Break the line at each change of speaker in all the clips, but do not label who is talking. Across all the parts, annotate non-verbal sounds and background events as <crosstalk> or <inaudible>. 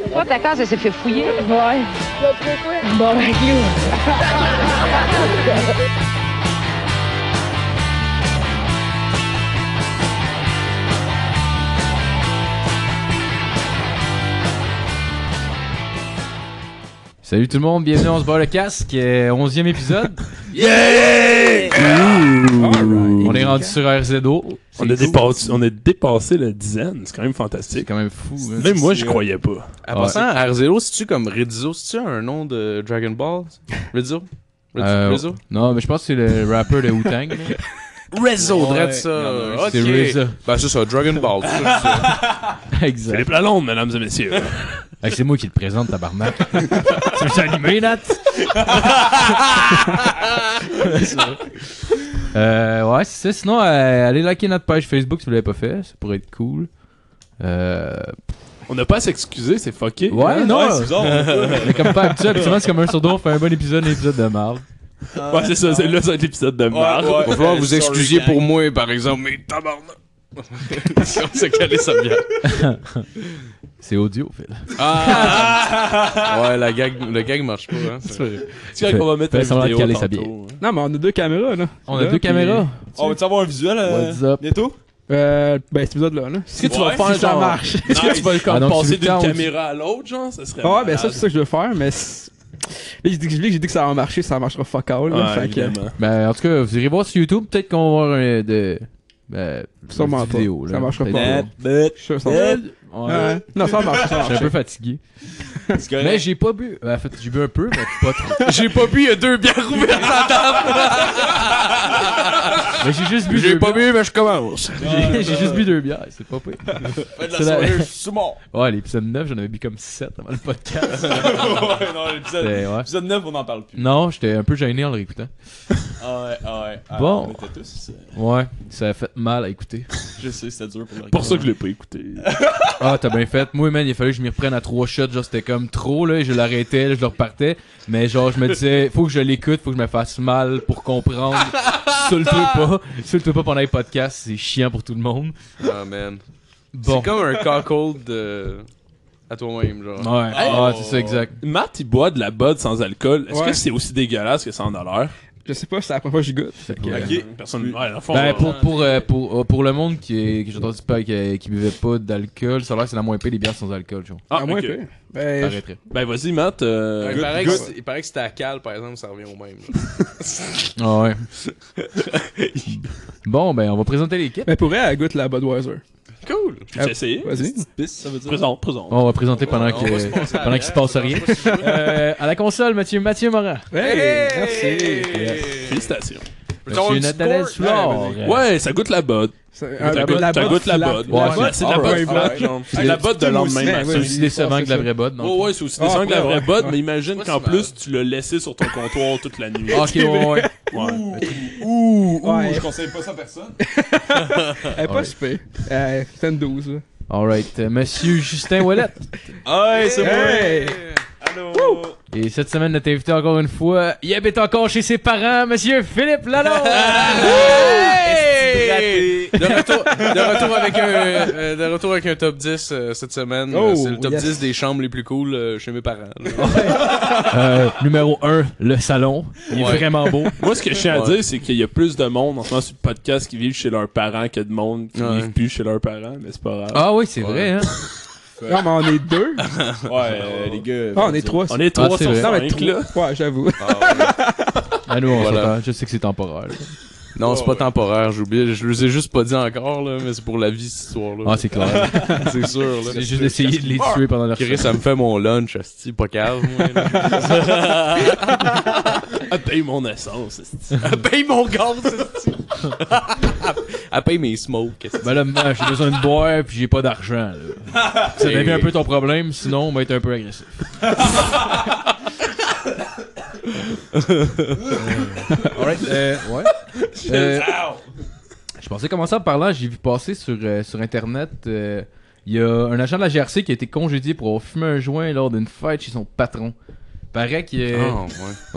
Pourquoi ta case, elle s'est fait fouiller
Ouais. Bon, avec nous.
Salut tout le monde, bienvenue on se barre le casque, euh, 11e
<laughs>
épisode. On est rendu sur RZO. C'est
On a,
cool.
dépassé, on a dépassé la dizaine, c'est quand même fantastique.
C'est quand même fou. hein.
Même moi,
c'est-
je croyais pas.
En
Ouais.
passant, RZO, hein, c'est-tu comme Rizzo? C'est-tu un nom de Dragon Ball? Rizzo? Rizzo?
Euh,
Rizzo?
Non, mais je pense que c'est le rappeur de Wu-Tang. là.
<laughs>
Rizzo,
Ouais.
dread ça. Ah,
Non, non,
ok.
c'est Rizzo.
Ben, c'est ça, Dragon Ball. c'est ça, c'est
<laughs>
ça.
exact.
Philippe Lalonde, mesdames et messieurs.
Ah, c'est moi qui le présente,
<laughs>
tabarnak. tu veux s'animer, Nat? euh, ouais, c'est ça. Sinon, euh, allez liker notre page Facebook si vous l'avez pas fait. Ça pourrait être cool. Euh,
on n'a pas à s'excuser, c'est fucké.
ouais,
Hein?
non. euh,
Ouais,
mais comme pas habitué, habituellement, c'est comme un sur deux, on fait un bon épisode, un épisode de marde.
c'est- ouais, c'est ça, c'est là, c'est l'épisode de marre. <laughs>
Il va falloir vous excuser pour moi, par exemple. Mais
<laughs>
tabarnak! on s'est calé ça bien.
C'est audio, Phil.
Ah! ouais, la gag, le gag marche pas. Hein, ça.
C'est quand qu'on va mettre
Fais
la
semblant de
vidéo
caler
tantôt,
sa bière.
hein.
Non, mais on a deux caméras, là.
On a
Là,
deux
puis-
caméras.
On va-tu avoir un visuel euh,
What's up?
bientôt?
Euh, ben, cet épisode-là, là.
Est-ce que tu
Ouais,
vas faire
Si ça
genre-
marche.
Est-ce que tu vas comme
Ah, donc, c'est
passer
le temps
d'une
où tu-
caméra à l'autre, genre Ça serait.
<laughs> Ah ouais, ben ça,
malade.
c'est ça que je veux faire, mais. c'est- Là, j'ai dit, que- j'ai dit que ça va marcher, ça marchera fuck all, là.
Ouais,
fait que-
évidemment.
Ben, en tout cas, vous irez voir sur YouTube, peut-être qu'on va avoir un de. Ben,
Sûrement
une
pas.
vidéo,
Ça
là.
marchera
Peut-être
pas.
but.
Je suis sûr que ça va.
But.
Ouais.
Ouais. Non, ça marche, ça
Je suis
marche.
un peu fatigué.
C'est correct.
Mais j'ai pas bu. Ben, En fait, j'ai bu un peu, mais pas trop.
<laughs> J'ai pas bu, il y a deux bières ouvertes à table.
<laughs> Mais j'ai juste bu
J'ai
deux
pas
bières.
bu, mais je commence.
J'ai j'ai juste bu deux bières, c'est pas pire.
Faites
c'est
de
la-
la soirée, je suis mort.
Ouais, l'épisode 9, j'en avais bu comme 7 avant le
<laughs>
podcast.
ouais, non, l'épisode
C'était- ouais.
l'épisode 9, on n'en parle plus.
Non, j'étais un peu gêné en le réécoutant.
Ah ouais, ah ouais. Ah,
Bon.
On était tous. euh,
Ouais, ça a fait mal à écouter.
Je sais, c'était dur pour le
Pour ça que je l'ai pas écouté.
Ah, t'as bien fait. Moi, man, il a fallu que je m'y reprenne à trois shots. Genre, c'était comme trop, là. et Je l'arrêtais, là, je le repartais. Mais genre, je me disais, faut que je l'écoute, faut que je me fasse mal pour comprendre.
<laughs>
Sulte-toi pas. Sulte-toi pas pendant les podcasts, c'est chiant pour tout le monde.
Ah, man.
Bon.
C'est comme un cockhold de... à toi-même, genre.
Ouais, ouais, c'est ça, exact.
Matt, il boit de la bod sans alcool. Est-ce
Ouais.
que c'est aussi dégueulasse que ça en a l'air
Je sais pas, c'est la première fois que j'y goûte.
Fait que, euh,
Ok.
Personne. Ouais, dans le fond,
Ben,
on-
pour, pour, euh, pour, euh, pour le monde qui, est, que j'ai entendu pas, euh, qui, qui buvait pas d'alcool, ça a l'air que c'est la moins pire des bières sans alcool, genre.
Ah,
à moins
ok.
que. Ben, je-
T'arrêterais.
Ben, vas-y, Matt. euh,
Ouais, il, paraît que c'est- il paraît que c'était à Cal, par exemple, ça revient au même. genre.
Ah ouais. <laughs> bon, ben, on va présenter l'équipe.
ben, pour elle, elle goûte la Budweiser.
Cool!
Tu
Euh,
veux essayer
Vas-y.
pisse, ça veut dire.
Présent, présent.
On va présenter pendant
On va se
que
passer à la
pendant qu'il se passe
bière,
rien.
je sais pas si je veux.
Euh, à la console, Mathieu, Mathieu Morin.
Hey! Merci!
Yes.
Félicitations.
T'as un
Mathieu
petit
Nathalie
score?
Soulard.
Ouais, ça goûte la botte.
C'est-
Ça
ah,
goûte
la
ça
botte
goûte la
flat.
botte.
Ouais,
Ouais,
c'est-
c'est de la
ah, ouais,
botte
ouais.
flat. genre. C'est de la botte de lendemain.
Ouais,
matin.
ouais,
C'est
ouais.
aussi décevant que la vraie botte.
Ouais,
Oh,
non?
ouais, c'est aussi
Ah,
décevant que la
ouais,
vraie
ouais.
botte, mais imagine
Ouais,
qu'en
c'est
plus, tu l'as laissé sur ton comptoir toute la nuit.
Ah, Ok, ouais, ouais.
Ouais.
Ouh, ouh,
Ouais.
je conseille pas ça à personne.
Elle est pas super. Euh, C'est une 12, là.
Alright. euh, Monsieur Justin Wallet.
Hey, Ah c'est moi.
Hey!
Allô.
Et cette semaine, notre invité encore une fois, il habite encore chez ses parents, Monsieur Philippe
<laughs>
Lalonde.
Hey! De retour, de retour avec un, euh, de retour avec un top 10 euh, cette semaine.
Oh,
Euh, c'est le top
yes.
10 des chambres les plus cool euh, chez mes parents. là.
Euh, numéro 1, le salon. Il est
Ouais.
vraiment beau.
Moi, ce que je tiens à
Ouais.
dire, c'est qu'il y a plus de monde en ce moment sur le podcast qui vivent chez leurs parents que de monde qui
Ouais.
vivent plus chez leurs parents, mais c'est pas grave.
Ah oui, c'est
Ouais.
vrai, hein.
Non, mais on est deux.
Ouais, euh, les gars.
Ah, on est trois.
On est trois
c'est
sur
vrai.
Non, mais
cinq, là.
trois. Ouais, j'avoue.
Ah nous, on
Voilà.
s'entend. Je sais que c'est temporaire.
Non, c'est pas temporaire, j'oublie. Je les ai juste pas dit encore, là, mais c'est pour la vie, cette histoire-là.
Ah, c'est clair.
<laughs> c'est sûr, là.
J'ai juste essayé de les tuer pendant leur
Chris, ça me fait mon lunch, asti, pas cave, moi. là.
Elle Ah, paye mon essence. esti.
Elle paye mon gaz, asti. Elle paye mes smokes, asti.
Ben là, maintenant, j'ai besoin de boire puis j'ai pas d'argent.
<laughs>
là. Ça devient un peu ton problème, sinon on va être un peu agressif. Euh, alright, euh,
<laughs>
<laughs>
ouais. Euh, je pensais commencer en parlant, j'ai vu passer sur, euh, sur internet, euh, il y a un agent de la GRC qui a été congédié pour avoir fumé un joint lors d'une fête chez son patron. Paraît euh, qu'il est...
Ah,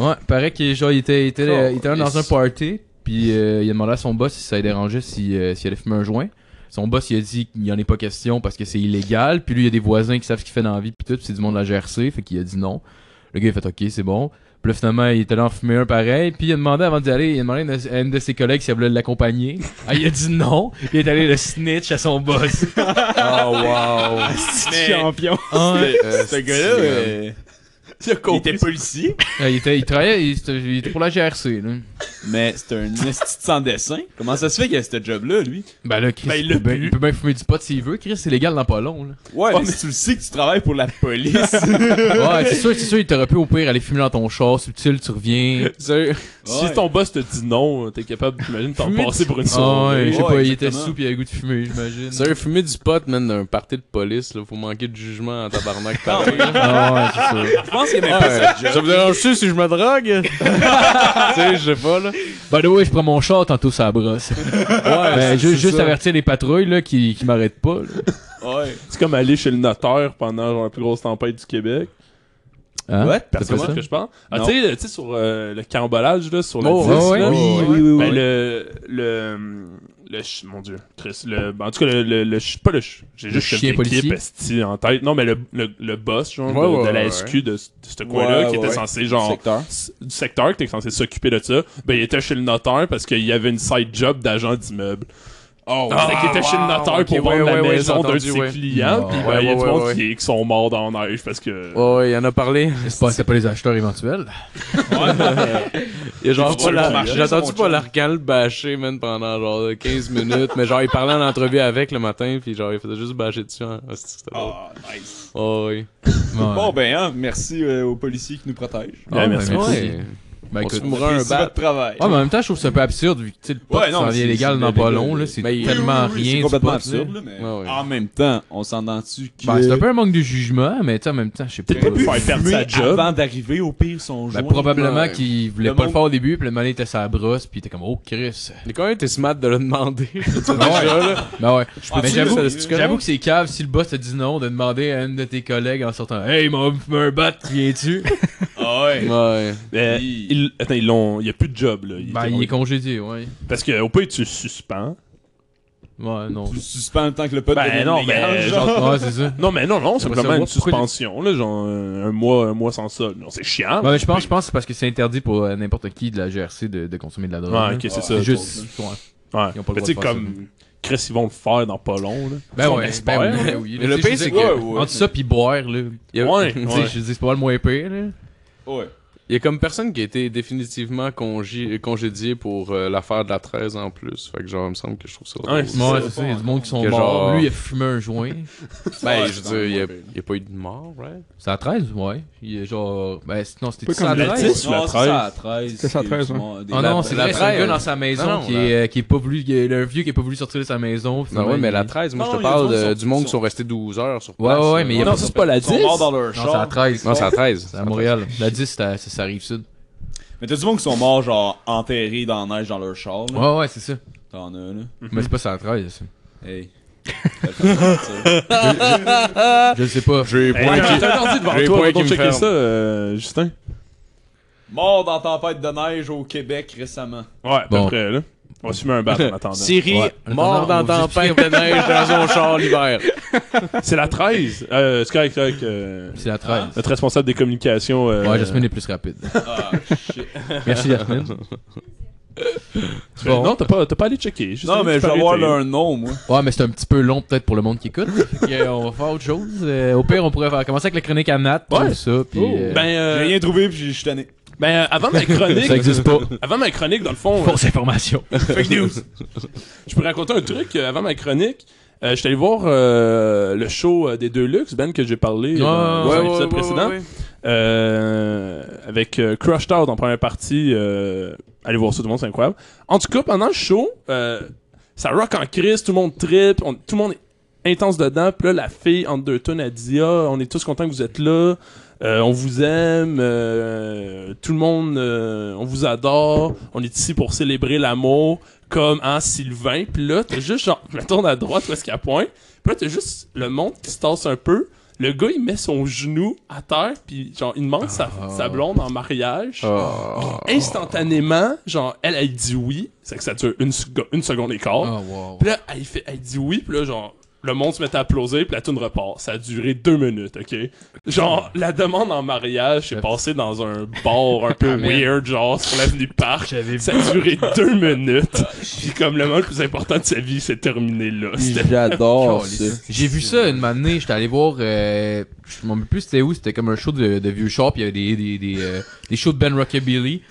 ouais.
Ouais, paraît qu'il genre, il était, il était,
Oh,
il était dans un
yes.
party, puis euh, il a demandé à son boss si ça le dérangeait si, euh, s'il allait fumer un joint. Son boss, il a dit qu'il n'y en est pas question parce que c'est illégal. Puis lui, il y a des voisins qui savent ce qu'il fait dans la vie. Puis tout, puis c'est du monde de la GRC. Fait qu'il a dit non. Le gars, il a fait OK, c'est bon. Puis là, finalement, il était là en fumer un pareil. Puis il a demandé avant d'y aller, il a demandé à une- à une de ses collègues si elle voulait <laughs> l'accompagner. Ah, il a dit non. Il est allé le snitch à son <laughs> boss.
wow.
champion.
Ce gars-là, euh, il était policier,
Ah, il, était, il travaillait, il, était- il était pour la GRC. Là.
mais c'est un esti de sans dessin. Comment ça se fait qu'il a ce job-là, lui?
Ben là, Chris,
Ben, il
il,
l'a
peut bien,
pu.
il peut bien fumer du pot s'il veut. Chris, c'est légal dans pas long. Là.
Ouais, Oh, mais tu le sais que tu travailles pour la police.
Ouais, c'est sûr, c'est sûr, il t'aurait pu au pire aller fumer dans ton char, subtil, tu reviens.
<laughs>
Sérieux.
Ouais.
Si ton boss te dit non, t'es capable, j'imagine, de t'en
Fumer,
passer pour une
Ah ouais,
soirée.
je sais pas,
Ouais,
il était
exactement.
sous pis il avait le goût de fumer, j'imagine.
Sérieux, fumer du pot, man, d'un party de police, là, faut manquer de jugement en tabarnak. pareil.
Ah ouais, c'est sûr.
Je pense qu'il aimait
Ouais.
pas ce
Ça
job.
me dérange-tu si je me drogue? tu sais, je sais pas, là.
By the way, je prends mon char tantôt ça brosse. Ouais, ben, ju- juste avertir les patrouilles là, qui, qui m'arrêtent pas. là.
Ouais.
C'est comme aller chez le notaire pendant genre, la plus grosse tempête du Québec.
Hein?
Ouais,
T'as pas
C'est
personne.
ça?
ce que je pense. Ah,
Non.
tu sais, tu sais, sur euh, le carambolage, là, sur le
Oh,
10,
ouais,
là,
ouais.
Oui,
ben,
oui, oui, oui.
le, le, le ch- mon dieu, Chris, le, ben, en tout cas, le, le, le ch- pas le ch- j'ai
Le
juste
chien
cette
policier.
équipe esti en tête, non, mais le, le, le boss, genre,
Ouais,
de,
ouais,
de la
ouais,
SQ de, ce- de ce coin-là,
Ouais,
qui
ouais,
était
ouais.
censé, genre,
Secteur.
s- du secteur, qui était censé s'occuper de ça, ben, il était chez le notaire parce qu'il y avait une side job d'agent d'immeuble.
Oh,
Ah,
ouais.
qu'il était chez le notaire
ok,
pour
ouais,
vendre la
ouais, ouais,
maison
j'ai
d'un de ses
entendu, ouais.
Ah,
clients, puis ben, il y a
ouais,
du
ouais,
monde
ouais. Oh,
Qui, qui sont morts dans la neige parce que.
Ouais, ouais, il en a parlé.
C'est pas, c'est pas les acheteurs éventuels.
Il y a genre
Faut
pas
le
la...
marcher,
J'ai entendu
mon
pas
chum.
l'arcan le bâcher, man, pendant genre 15 minutes. mais genre, il parlait en entrevue avec le matin, puis genre, il faisait juste bâcher dessus. Hein. Ah, c'est- c'était drôle.
Ah, nice.
Oh, oui.
Bon, ben, hein, merci euh, aux policiers qui nous protègent.
Ah, ben,
Eh, merci.
merci. Ben,
On se
écoute.
mourra un
Apprécie
bat.
votre travail.
Ouais, Ah, mais en même temps, je trouve ça un peu absurde vu que tu sais, le pot
Ouais, non,
s'en
mais
vient
c'est-
légal
c'est
dans pas
légal,
long,
euh,
là, c'est
mais il-
tellement
Oui, oui,
rien.
C'est
du
complètement
pot,
absurde,
là.
là, mais
Ouais, ouais.
en même temps, on s'entend-tu que...
Ben, c'est un peu un manque de jugement, mais tu sais, en même temps, je sais pas.
T'aurais pu
Faire perdre
fumer
sa job.
avant d'arriver au pire son
Ben,
joint.
probablement
Ouais.
qu'il voulait
Le
pas le
monde-
faire au début, puis le mané était sa brosse, puis il était comme oh Chris.
Mais quand même, t'es smart de le demander. <laughs> déjà, là.
Ben ouais.
Ah,
Mais
tu
j'avoue,
sais,
c'est-
c'est-
j'avoue que c'est cave si le boss te dit non de demander à une de tes collègues en sortant Hey mon un bat, viens-tu?
Ah ouais.
Ouais.
Euh,
Il-
ils- attends, ils l'ont. Il n'y a plus de job, là. Ils
ben
étaient-
il est congédié, ouais.
Parce que au pire, tu le suspends.
Ouais, non. Euh,
Tu suspends le temps que le pote
Ben
devienne
non,
légal,
mais
genre.
Ouais, c'est ça.
Non, mais non, non,
J'aimerais
simplement
savoir
une
pourquoi-
suspension, là, genre euh, un mois, un mois sans solde. Non, c'est chiant.
Ouais, mais je pense, je pense que c'est parce que c'est interdit pour euh, n'importe qui de la GRC de, de consommer de la drogue.
Ouais,
là.
ok, c'est
Ouais.
ça.
Ah, C'est
Ouais.
juste. ouais. Ils ont pas le droit
Mais tu sais,
de faire
comme Chris, ils vont le faire dans pas long, là.
Ben
On
ouais,
espère.
ben oui, ben oui.
Mais le
Tu sais,
pire,
je
c'est
veux dire
que-
que- Entre ça pis boire, là.
Il y a- <laughs>
Ouais,
Tu sais, je dis, c'est pas mal moins pire, là.
Ouais.
Il y a comme personne qui a été définitivement congé- congédié pour euh, l'affaire de la 13 en plus. Fait que genre, il me semble que je trouve ça drôle.
Ouais,
Ouais, c'est ça, il y a du monde qui sont
Que
morts.
genre-
Lui, il a fumé un joint.
ben,
Ouais,
je
c'est
veux dire,
drôle,
il n'y a, pas eu de mort, right?
C'est à 13, ouais. Il est genre. Ben, c'est- non, c'était
Pas
ça à
comme
La
13.
10 ou la
Non, c'est ça,
13?
C'est ça, à 13, ouais.
Ah non, c'est
la
vrai, c'est un gars
13.
dans sa maison
Non, non,
qui,
la-
est, euh, qui est pas voulu. qui est- le vieux qui est pas voulu sortir de sa maison.
Non,
finalement,
ouais, mais
il-
la 13, moi,
Non,
je
il
te
y a du
parle
monde
de-
qui sont-
du monde
qui
qui sont restés 12 heures sur
Ouais,
place.
ouais, mais il y a
Non,
pas-
ça, c'est pas la
Ils
10.
sont morts dans
Non, c'est à 13.
Non, c'est à 13.
C'est à Montréal. La 10, c'est à, c'est à Rive-Sud.
Mais t'as du monde qui sont morts, genre, enterrés dans la neige dans leur char, là.
Ouais, ouais, c'est ça.
T'en as, là.
Mais c'est pas ça à 13. ça.
Hey. T'as
Je sais pas.
J'ai
Hey, t'as- T'as un ordi
J'ai
devant
pas
toi, va
qui
donc
me
checker
ferme.
ça, euh, Justin.
<laughs> Mort dans tempête de neige au Québec récemment.
Ouais, à
Bon.
peu près, là. On va fumer un bat
<laughs>
en attendant.
Siri,
Ouais.
<laughs> mort
Attends,
dans
on vous
tempête de neige dans son char l'hiver.
C'est la 13. Euh, c'est correct, correct. euh,
C'est à 13.
notre responsable des communications. euh,
Ouais, Jasmine est plus rapide.
Ah, shit.
<laughs> Merci, Jasmine.
tu fais-
Bon.
Non, t'as pas, t'as pas allé checker. Juste
non,
une
mais je
petite
vais avoir
variété.
leur nom, <laughs> moi.
Ouais, mais c'est un petit peu long peut-être pour le monde qui <laughs> écoute. Fait que, euh, on va faire autre chose. Euh, au pire, on pourrait faire- commencer avec la chronique à Nat.
Ouais.
tout ça. Puis, euh,
Ben, euh,
J'ai rien trouvé, puis je suis tanné.
ben, euh, avant
<laughs>
ma
ça
chronique,
existe pas.
avant ma chronique, dans le fond, euh,
Fausse information.
Fake <laughs> news. Je peux raconter un truc euh, avant ma chronique. Euh, j'étais allé voir euh, le show euh, des deux luxe, Ben, que j'ai parlé
Ouais,
dans
ouais,
dans l'épisode précédent. Euh, avec euh, Crushed Out en première partie. euh, allez voir ça, tout le monde, c'est incroyable. En tout cas, pendant le show, euh, ça rock en crise, tout le monde trip, on- tout le monde est intense dedans. Puis là, la fille entre deux tonnes, elle dit Ah, on est tous contents que vous êtes là. Euh, on vous aime, euh, tout le monde, euh, on vous adore, on est ici pour célébrer l'amour, comme en Sylvain. <laughs> Puis là, t'as juste genre, je me tourne à droite où est-ce qu'il y a point. Puis là, t'as juste le monde qui se tasse un peu. Le gars, il met son genou à terre, puis genre, il demande sa, sa blonde en mariage.
Ah.
Ah,
Oh.
Instantanément, genre, elle, elle dit oui. C'est que ça dure une, seco- une seconde et quart.
Oh, wow.
Puis là, elle, fait- elle dit oui, puis là, genre, le monde se met à applaudir, puis la tune repart. Ça a duré deux minutes, ok? Genre, la demande en mariage s'est passée dans un bar un peu
Amen.
weird, genre, sur l'avenue Parc.
J'avais
Ça a duré deux minutes. Puis comme le moment le plus important de sa vie, c'est terminé là. C'était-
J'adore ça.
J'ai vu ça une année, j'étais allé voir, euh, je m'en rappelle plus c'était où, c'était comme un show de, de vieux shop, il y avait des, des, des, euh, des shows de Ben Rockabilly.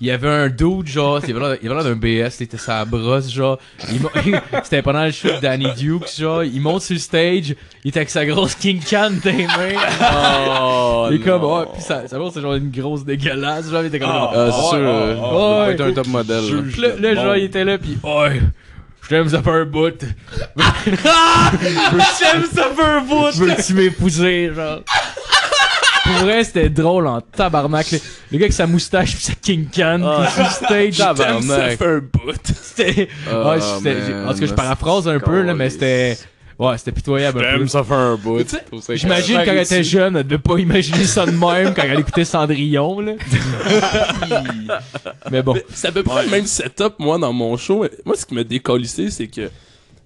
Il y avait un dude, genre, il avait l'air- il avait l'air d'un BS, il était sa brosse, genre. Il mo- <laughs> c'était pendant le show de Danny Dukes, genre. Il monte sur le stage, il était avec sa grosse King Can dans les mains.
<laughs> Oh,
il est comme,
non.
oh, pis ça, ça va, c'est genre une grosse dégueulasse, genre, il était comme,
Ah,
oh,
c'est sûr. euh,
oh,
il va
ouais.
être un top modèle. là.
Pis là, là, genre, il était là, pis ouais, j'aime ça fait un bout. Ah! j'aime ça fait un bout. Veux-tu m'épouser, genre? Pour vrai, c'était drôle en tabarnak. Le, le gars avec sa moustache pis sa King Can, pis sur le stage,
J'aime ça
Tabarnak.
fait un bout.
c'était.
Oh,
ouais, c'était-
man,
en tout cas, je paraphrase un peu, là, mais c'était. Ouais, c'était pitoyable un peu.
J'aime ça fait un bout.
Tu sais,
J'imagine quand elle était jeune, elle devait pas imaginer ça de même quand elle écoutait Cendrillon, là. mais bon.
C'est à peu près le même setup, moi, dans mon show. Moi, ce qui me décollissait, c'est que, tu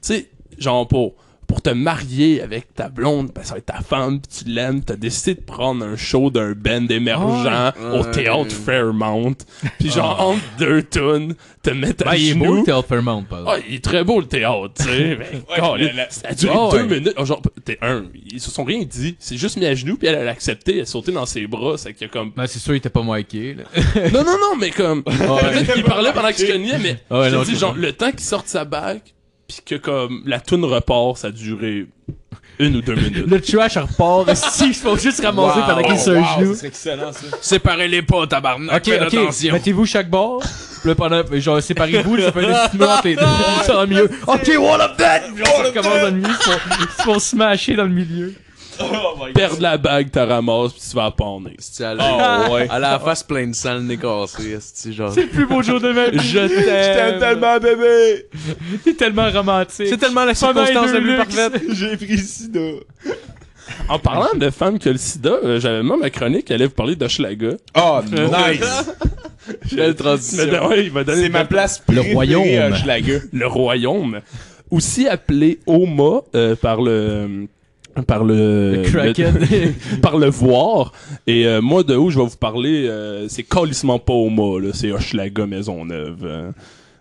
sais, genre, pour, pour te marier avec ta blonde, ben, ça va être ta femme, pis tu l'aimes, t'as décidé de prendre un show d'un band émergent au
Ouais. Ah.
théâtre Fairmount, pis genre, entre deux tunes, te mettre à
Ben, il est beau,
genoux.
le Théâtre Fairmount, par exemple.
Ah, il est très beau le théâtre,
<laughs>
tu sais. mais câlisse, ça a duré
Ah,
deux
ouais.
minutes. Ah, genre, t'es un, ils se sont rien dit. C'est juste mis à genoux, puis elle, elle a accepté, elle a sauté dans ses bras. C'est qu'il y a comme.
Ben, c'est sûr, il était pas miké. là.
Non, non, non, mais
<laughs>
comme. Peut-être qu'il parlait pendant que je cognais, mais.
Ah ouais,
je te
non,
dis,
je
genre, le temps qu'il sorte sa bague, puis que comme la toune repart, ça a duré une ou deux minutes.
<laughs> Le trash elle repart. Si, il faut juste ramasser
Wow.
pendant qu'il est sur
Wow,
un genou.
ça serait excellent <laughs> ça.
Séparez les pas, tabarnak.
Ok,
faites
ok.
attention.
Mettez-vous chaque bord. Puis là, pendant, genre, séparez-vous, là, ça fait des petites notes et <laughs> ça va mieux. Ok, one of that! Puis on recommence dans le milieu, ils se font- ils se font smasher dans le milieu.
Oh my <laughs> god.
Perdre la bague, t'as ramasses, puis tu vas à pendre.
C'est-tu à la-
Oh ouais.
à la face pleine de sang, le nez cassé, est-ce-tu, genre.
C'est le plus beau jour de ma vie.
Je
J'étais
t'aime.
tellement bébé.
T'es tellement romantique.
C'est tellement la
Pendant les
circonstance la
deux
plus
luxe.
parfaite.
<laughs>
J'ai pris le sida.
En parlant de femmes que le sida, euh, j'avais même ma chronique qui allait vous parler
<laughs>
d'Hochelaga.
Oh <laughs> nice.
Quelle transition.
Mais ouais, il m'a donné
C'est
une
ma
belle-
place euh,
Le
préférée
royaume.
à Schlager.
le royaume, aussi appelé Oma euh, par le euh, par le,
Le Kraken.
le- <laughs> par le voir et euh, moi de où je vais vous parler euh, c'est colissement pas Oma là c'est Hochelaga Maisonneuve euh,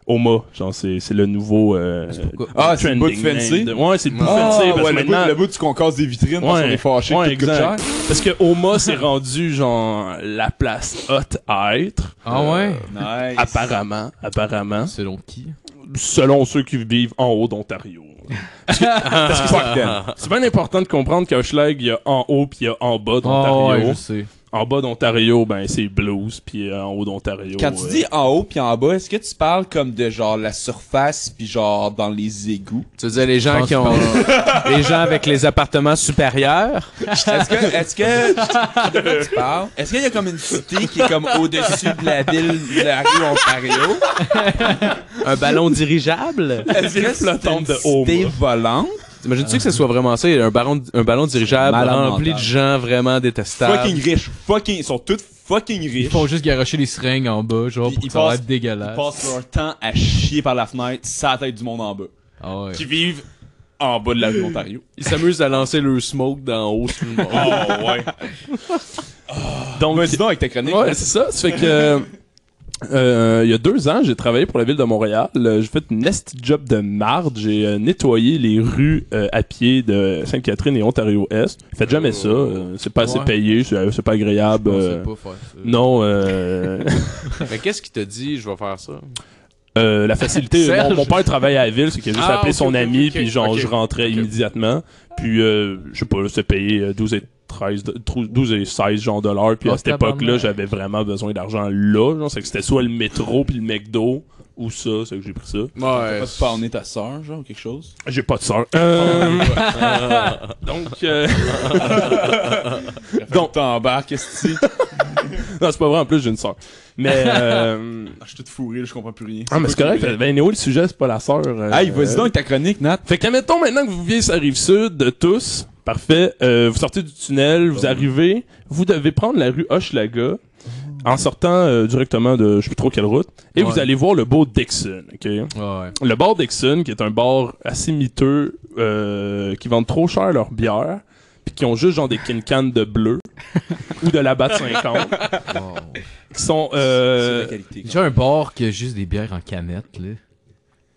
Oma genre c'est c'est le nouveau euh,
pourquoi-
Ah, c'est le bout de
trending name
fancy?
de- ouais c'est le bout de
Ah,
fancy parce
ouais,
que
le bout,
maintenant
le bout, tu qu'on casse des vitrines parce qu'on est fâché.
ouais,
que tout coûte
exact.
cher.
parce que Oma s'est rendu genre la place haute à être
<laughs> Ah ouais?
Nice.
apparemment apparemment
Selon qui?
selon ceux qui vivent en
<laughs>
haut d'Ontario. Parce que, parce que c'est- c'est bien important de comprendre qu'un schlag, il y a en haut puis il y a en bas
Oh,
Ah,
d'Ontario.
je sais.
en bas d'Ontario, ben c'est blues, puis euh, en haut d'Ontario.
Quand tu
euh,
dis en haut puis en bas, est-ce que tu parles comme de genre la surface puis genre dans les égouts?
Tu veux dire les gens
pense
qui ont. <laughs> les gens avec les appartements supérieurs.
Est-ce que, est-ce <laughs> que, de quoi tu parles? Est-ce qu'il y a comme une cité qui est comme au-dessus de la ville de la rue Ontario?
Un ballon dirigeable.
Est-ce que c'est
flottante
une
de
cité
Home.
volante?
T'imagines-tu que ce soit vraiment ça? Un ballon, un ballon dirigeable
Malade
rempli de
mental.
gens vraiment détestables.
Fucking riche. Fucking, ils sont tous fucking riches.
Ils font juste garocher les seringues en bas, genre,
Puis
pour
ils
que ça
passent-
ait dégueulasse.
Ils passent leur temps à chier par la fenêtre, sa tête du monde en bas.
Ah ouais.
Qui vivent en bas de la rue Ontario.
Ils s'amusent à lancer le smoke d'en haut <laughs> sur le monde.
<laughs> Oh, ouais.
donc,
Vas-y donc avec ta chronique.
ouais, c'est ça. Ça fait que euh, euh, il y a deux ans, j'ai travaillé pour la ville de Montréal. Euh, J'ai fait une nest job de marde. J'ai euh, nettoyé les rues euh, à pied de Sainte-Catherine et Ontario-Est. Faites jamais ça. euh, c'est pas assez
Oh. Ouais.
payé. C'est c'est pas agréable.
On
euh,
sait pas faire ça.
non. euh,
ben. <laughs> Mais qu'est-ce qui te dit, je vais faire ça?
Euh, la
<laughs>
facilité,
Serge.
mon, mon père travaillait à la ville, c'est qu'il a juste
Ah,
appelé
ok,
son
ok,
ami,
ok,
puis genre,
ok.
je rentrais immédiatement. Puis, euh, je sais pas, là, c'était payé euh, 12 et 13, de- trou- 12 et 16 genre dollars. Puis
Ah,
à cette époque-là,
tabarnak.
j'avais vraiment besoin d'argent là. Genre, c'est que c'était soit le métro, puis le McDo, ou ça, c'est que j'ai pris ça.
Ouais.
Ah,
Pas de parler ta sœur, genre, ou quelque chose?
J'ai pas de sœur. Euh, <laughs> donc, euh,
Donc, t'embarques, est-ce que
non, c'est pas vrai, en plus, j'ai une sœur. Mais, euh,
<laughs> Je suis tout fourré, je comprends plus rien.
ah, mais c'est correct. Ben, anyway, le sujet, c'est pas la sœur. euh,
Hey, vas-y donc avec ta chronique, Nat.
Fait que, admettons maintenant que vous viviez sur la rive sud de tous, Parfait. Euh, vous sortez du tunnel,
Oh.
vous arrivez, vous devez prendre la rue Hochelaga en sortant euh, directement de je sais plus trop quelle route et
Ouais.
vous allez voir le beau Dixon, OK
Ouais,
le bar Dixon, qui est un bar assez miteux, euh, qui vendent trop cher leur bière, puis qui ont juste genre des can de bleu ou de
<laughs>
la batte 50,
ouais.
qui sont. euh,
C'est de la qualité.
Déjà un bar qui a juste des bières en canette, là.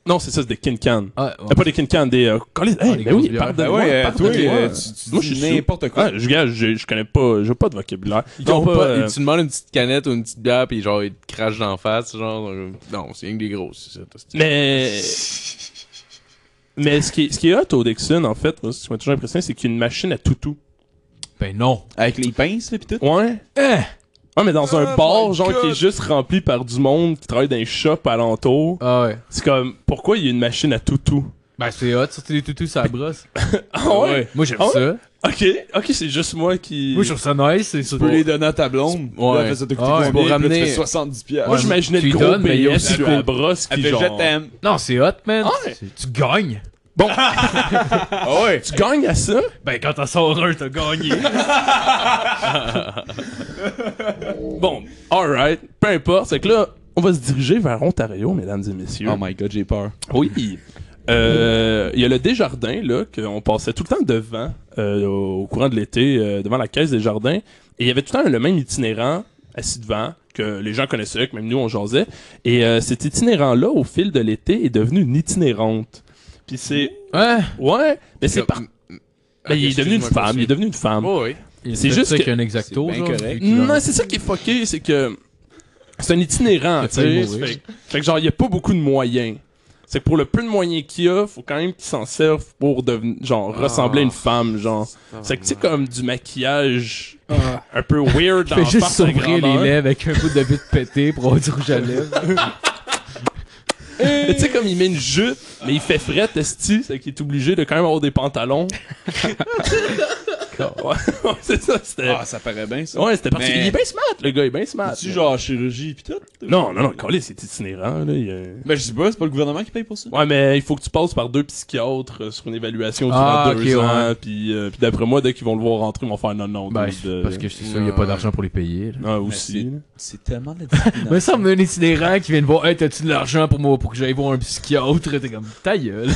Non, c'est ça, c'est des Kincan.
Ah,
Euh, Pas des Kincan, des. Euh... Colin-
Ah,
hey,
les
ben
grosses
oui,
bières.
Ben
pardonne-moi,
ouais, euh, toi,
pardonne-moi.
euh, tu, tu
Moi, je
dis
suis
n'importe quoi.
Ouais, je, regarde, je, je connais pas, j'ai pas de vocabulaire.
Ils ont
Non,
pas,
euh,
ils te demandent une petite canette ou une petite bière, puis genre, ils te crachent d'en face, genre. euh, Non, c'est une des grosses, c'est ça. c'est-
Mais. Mais ce qui, est, ce qui est hot au Dixon, en fait, moi, ce qui m'a toujours impressionné, c'est qu'il y a une machine à toutou.
Ben non.
Avec les pinces, là, pis tout.
Ouais.
Hein?
Ouais, Ah, mais dans un
Oh
bar,
my
genre,
God.
qui est juste rempli par du monde qui travaille dans les shops alentour.
Ah ouais.
C'est comme, pourquoi il y a une machine à toutou?
Ben c'est hot, sortir des toutous sur la brosse.
Ah ouais?
Moi j'aime
Ah ouais?
ça.
Ok, ok, c'est juste moi qui...
Moi je trouve ça nice. C'est
Tu peux les donner à ta blonde.
Ouais.
Là, elle fait ça t'écouter
Ah,
du Bob,
ouais,
pour
là, tu
ramener-
fais 70 piastres.
Moi, j'imaginais
Tu
le
y
gros
donnes, mais il y a
PS
aussi
sur
le-
la brosse
Elle
qui,
fait,
genre...
je t'aime.
Non, c'est hot, man.
Ah ouais.
C'est- Tu gagnes.
Ah ouais.
Tu gagnes à ça?
Ben quand t'en sors un, t'as <laughs> gagné.
Bon, alright, peu importe. C'est que là, on va se diriger vers Ontario, mesdames et messieurs.
Oh my god, j'ai peur.
Oui. Euh, Il y a le Desjardins, là, qu'on passait tout le temps devant, euh, au au courant de l'été, euh, devant la caisse des jardins. Et il y avait tout le temps le même itinérant, assis devant, que les gens connaissaient, que même nous, on jasait. Et euh, cet itinérant-là, au fil de l'été, est devenu une itinérante. Puis c'est...
Ouais.
Ouais, mais c'est par... ben, il est devenu une femme, il est devenu une femme.
Oh, oui.
C'est
juste
juste
que-
qu'un exacto,
C'est bien
genre.
Ben, correct.
vu qu'il
Non,
en-
c'est ça qui est fucké, c'est que c'est un itinérant,
Il a
tu
failli
sais.
mourir.
Fait, que- fait que genre, il n'y a pas beaucoup de moyens. C'est que pour le peu de moyens qu'il y a, faut quand même qu'il s'en serve pour devenir, genre,
Ah.
ressembler à une femme, genre. C'est que tu sais, comme du maquillage
Ah.
un peu weird dans
Fais juste
farce à
s'ouvrir les
grandeur.
lèvres avec un bout de bite pété pour avoir du rouge à <laughs> lèvres.
Mais tu sais, comme il met une jupe, mais il fait frais, esti, c'est qu'il est obligé de quand même avoir
<laughs>
des pantalons. ouais, ouais, c'est ça, c'était.
Ah, ça paraît bien, ça.
Ouais, c'était parti.
mais-
Il est bien smart, le gars, il est bien smart.
Tu genre chirurgie pis tout?
Non, non, non, Colin, c'est itinérant, là. il, euh,
Ben, je sais pas, c'est pas le gouvernement qui paye pour ça.
Ouais, mais il faut que tu passes par deux psychiatres euh, sur une évaluation durant
Ah,
deux
ok,
ans.
ouais.
Puis, euh, puis d'après moi, dès qu'ils vont le voir rentrer, ils vont faire non, non.
Ben,
dude, euh,
parce que c'est sûr, il y a pas d'argent pour les payer. là.
Ouais, ah, aussi.
C'est tellement de la
Mais
discrimination.
ça me un itinérant qui vient de voir, hey, t'as-tu de l'argent pour moi pour que j'aille voir un psychiatre? T'es comme, ta gueule.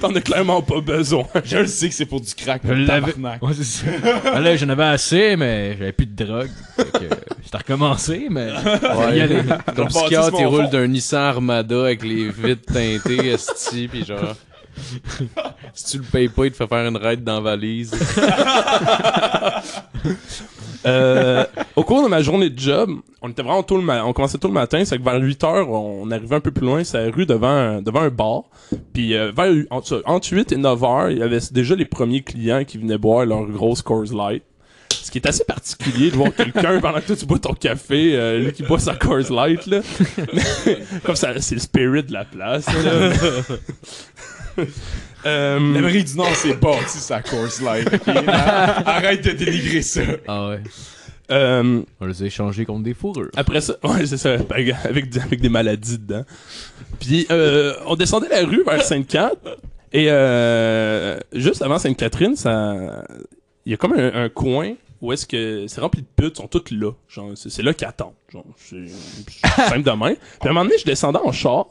T'en as clairement pas besoin.
Je le sais que c'est pour du crack,
Je l'avais.
tabarnak.
Ouais, c'est ça. Ah là, j'en avais assez, mais j'avais plus de drogue. Fait que, euh, J'étais recommencé, mais. Ouais. Y aller.
Ton
bâtisse
psychiatre,
mon
il roule
fond.
d'un Nissan Armada avec les vitres teintées, esti, pis genre. si tu le payes pas, il te fait faire une raid dans la valise.
Euh, au cours de ma journée de job, on était vraiment tôt le ma- on commençait tôt le matin, c'est que vers 8 h on arrivait un peu plus loin, c'est la rue devant un, devant un bar. Puis euh, vers hu- entre, entre 8 et 9 h il y avait déjà les premiers clients qui venaient boire leur grosse Coors Light. Ce qui est assez particulier de voir quelqu'un <laughs> pendant que toi tu bois ton café, euh, lui qui boit sa Coors Light là. <laughs> Mais, comme ça, c'est le spirit de la place. Là. Euh,
L'Amérique du Nord, c'est bâti sa course life. ok? Arrête de dénigrer ça.
Ah ouais.
euh,
On les a échangés contre des fourrures.
Après ça, ouais, c'est ça, avec, avec des- avec des maladies dedans. Puis euh, on descendait la rue vers Sainte-Cat et euh, juste avant Sainte-Catherine, ça il y a comme un, un coin où est-ce que c'est rempli de putes, sont toutes là, genre c'est c'est là qu'ils attendent, genre c'est c'est simple de même. Puis à un moment donné, je descendais en char.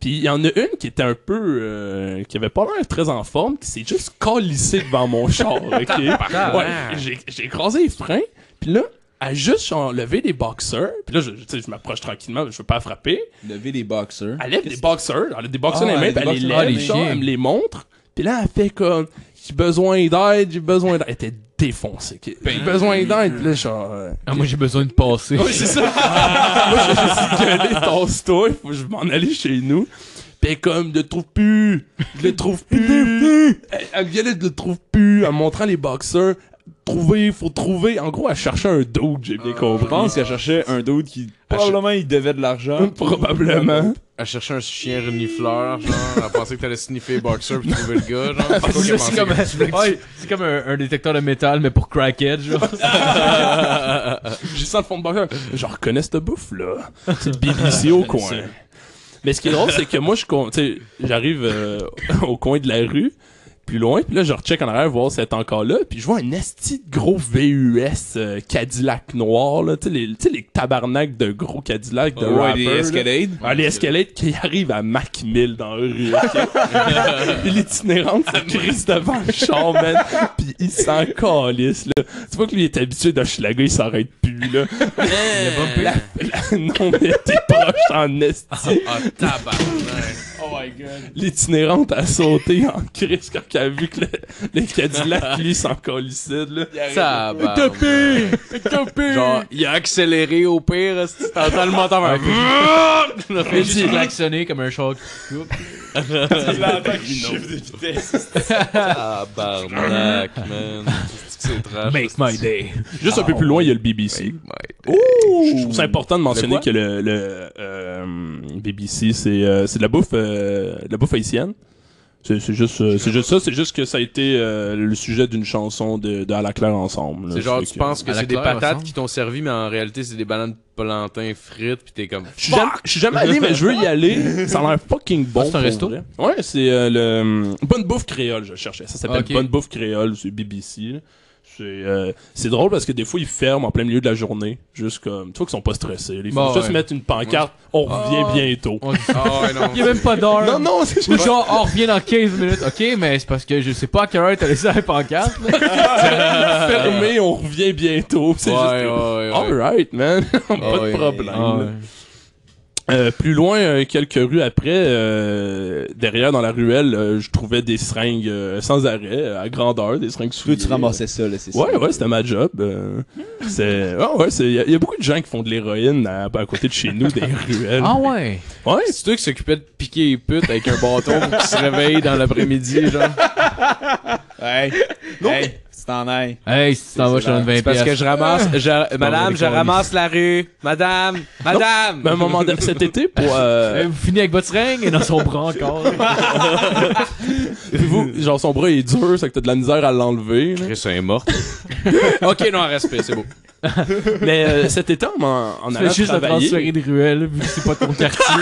Puis il y en a une qui était un peu euh, qui avait pas l'air très en forme, qui s'est juste collissée devant mon char, OK Ouais, j'ai j'ai écrasé les freins, puis là elle a juste genre, levé des boxers, puis là je, tu sais, je m'approche tranquillement, je veux pas la frapper.
Lever des boxers.
Elle lève des boxers, elle a des boxers
Hein? Ah,
dans les mains,
elle a
puis
des
elle les
boxers dans
lève,
les
genre,
mains.
elle me les montre, puis là, elle fait comme, j'ai besoin d'aide, j'ai besoin d'aide. Elle était défoncée. que- J'ai
Ben
besoin d'aide, puis là, genre...
<laughs>
euh,
Ah, moi, j'ai besoin de passer.
oui, c'est ça. <laughs> Moi, je me suis gueulé, tasse-toi, faut que je m'en aller chez nous. Pis elle comme, je le trouve plus, je le trouve plus. Elle- Elle me violait, je le trouve plus, en me montrant les boxeurs. Trouver, faut trouver. En gros, elle cherchait un dude, j'ai bien
Euh, Je
compris.
pense qu'elle cherchait un dude qui. Probablement, il devait de <laughs> l'argent.
<laughs> Probablement.
Elle cherchait un chien renifleur, genre. Elle pensait que t'allais sniffer Boxer pis trouver le gars, genre. C'est quoi qu'elle
Ah, C'est
pensait
comme,
que-
Ouais, c'est comme un, un détecteur de métal, mais pour crackhead, genre.
<laughs> J'ai ça le fond de bunker. Je reconnais cette bouffe là. C'est le BBC au coin. <laughs> Mais ce qui est drôle, c'est que moi, je con- tu sais, j'arrive euh, au coin de la rue. plus loin. Puis là, je recheck en arrière voir si elle est encore là. Puis je vois un esti de gros VUS euh, Cadillac noir, là. Tu sais, les, tu sais, les tabarnaks de gros Cadillac de
Ouais,
rapper,
des
là.
escalades.
<laughs> Ah, les escalades qui arrivent à Mac 1000 dans la rue.
<laughs>
ok? Puis l'itinérante se crise devant le char, man. Puis il s'en calisse, là. Tu vois que lui est habitué d'Hochelaga, il s'arrête plus, là.
Il a
La- non, mais t'es proche en esti.
Ah, tabarnak.
L'itinérante a sauté en crise quand elle a vu que le, le Cadillac, lui, s'en calissait, là.
Tabarnak. Genre, il a accéléré au pire, esti, t'entends le moteur faire
Fait juste klaxonner comme un choc.
<laughs>
Tabarnak, man. C'est trash.
Make my day.
Juste un peu plus loin, il y a le BBC. Je trouve ça important de mentionner
Le quoi?
que le, le, euh, BBC, c'est euh, c'est de la bouffe, euh, de la bouffe haïtienne. C'est c'est juste, euh, c'est juste ça, c'est juste que ça a été euh, le sujet d'une chanson de, de À la Claire ensemble. là.
C'est genre,
Fait
tu penses que
À la
c'est des
Claire,
patates
ensemble.
qui t'ont servi, mais en réalité, c'est des bananes plantains frites, pis t'es comme.
Je suis jamais, je suis jamais allé, mais je veux y <laughs> aller. Ça a l'air fucking bon.
Ah, c'est un
pour
resto?
vrai. Ouais, c'est euh, le. hum, Bonne Bouffe Créole, je cherchais. Ça s'appelle
Ok.
Bonne Bouffe Créole, c'est BBC. là. C'est euh, c'est drôle parce que des fois, ils ferment en plein milieu de la journée. Juste comme. Tu vois qu'ils sont pas stressés. là. Ils font
Bah,
juste
ouais.
mettre une pancarte. On revient bientôt.
Ah ouais, <laughs> non.
Il y a même pas d'heure.
Non, non, c'est <laughs>
Ou genre, on revient dans 15 minutes. Ok, mais c'est parce que je sais pas à quelle heure t'as laissé la pancarte. là.
fermé, on revient bientôt. C'est
Ouais,
juste.
ouais, ouais, ouais.
Alright, man. <laughs> pas
Ouais.
de problème.
Ah,
là.
ouais.
Euh, plus loin, euh, quelques rues après, euh, derrière dans la ruelle, euh, je trouvais des seringues euh, sans arrêt, euh, à grandeur, des seringues
Toi,
souillées.
tu ramassais ça, là, c'est
Ouais,
ça.
ouais, c'était ma job. euh, c'est, ah ouais, c'est, il y, a- y a beaucoup de gens qui font de l'héroïne à, à côté de chez nous,
<laughs>
des ruelles.
Ah ouais.
Ouais,
C'est toi qui s'occupais de piquer les putes avec un bâton pour qu'ils se réveillent dans l'après-midi, genre.
Ouais. Hey, tu t'en ailles.
Hey, si tu t'en vas, je te donne 20
C'est parce que je ramasse.
Ah.
je- madame, je
décoller.
ramasse la rue. Madame, madame.
mais à un moment donné, cet été, pour, euh,
<laughs>
Euh, Vous finissez avec votre seringue et dans son bras encore.
vous, genre son bras est dur, c'est que t'as de la misère à l'enlever. là.
Chris est morte. <laughs> ok, non, respect, c'est beau.
Mais euh, cet été, on, en- on
Tu
allant
fais juste la
travailler-
transférer de ruelle vu que c'est pas ton quartier.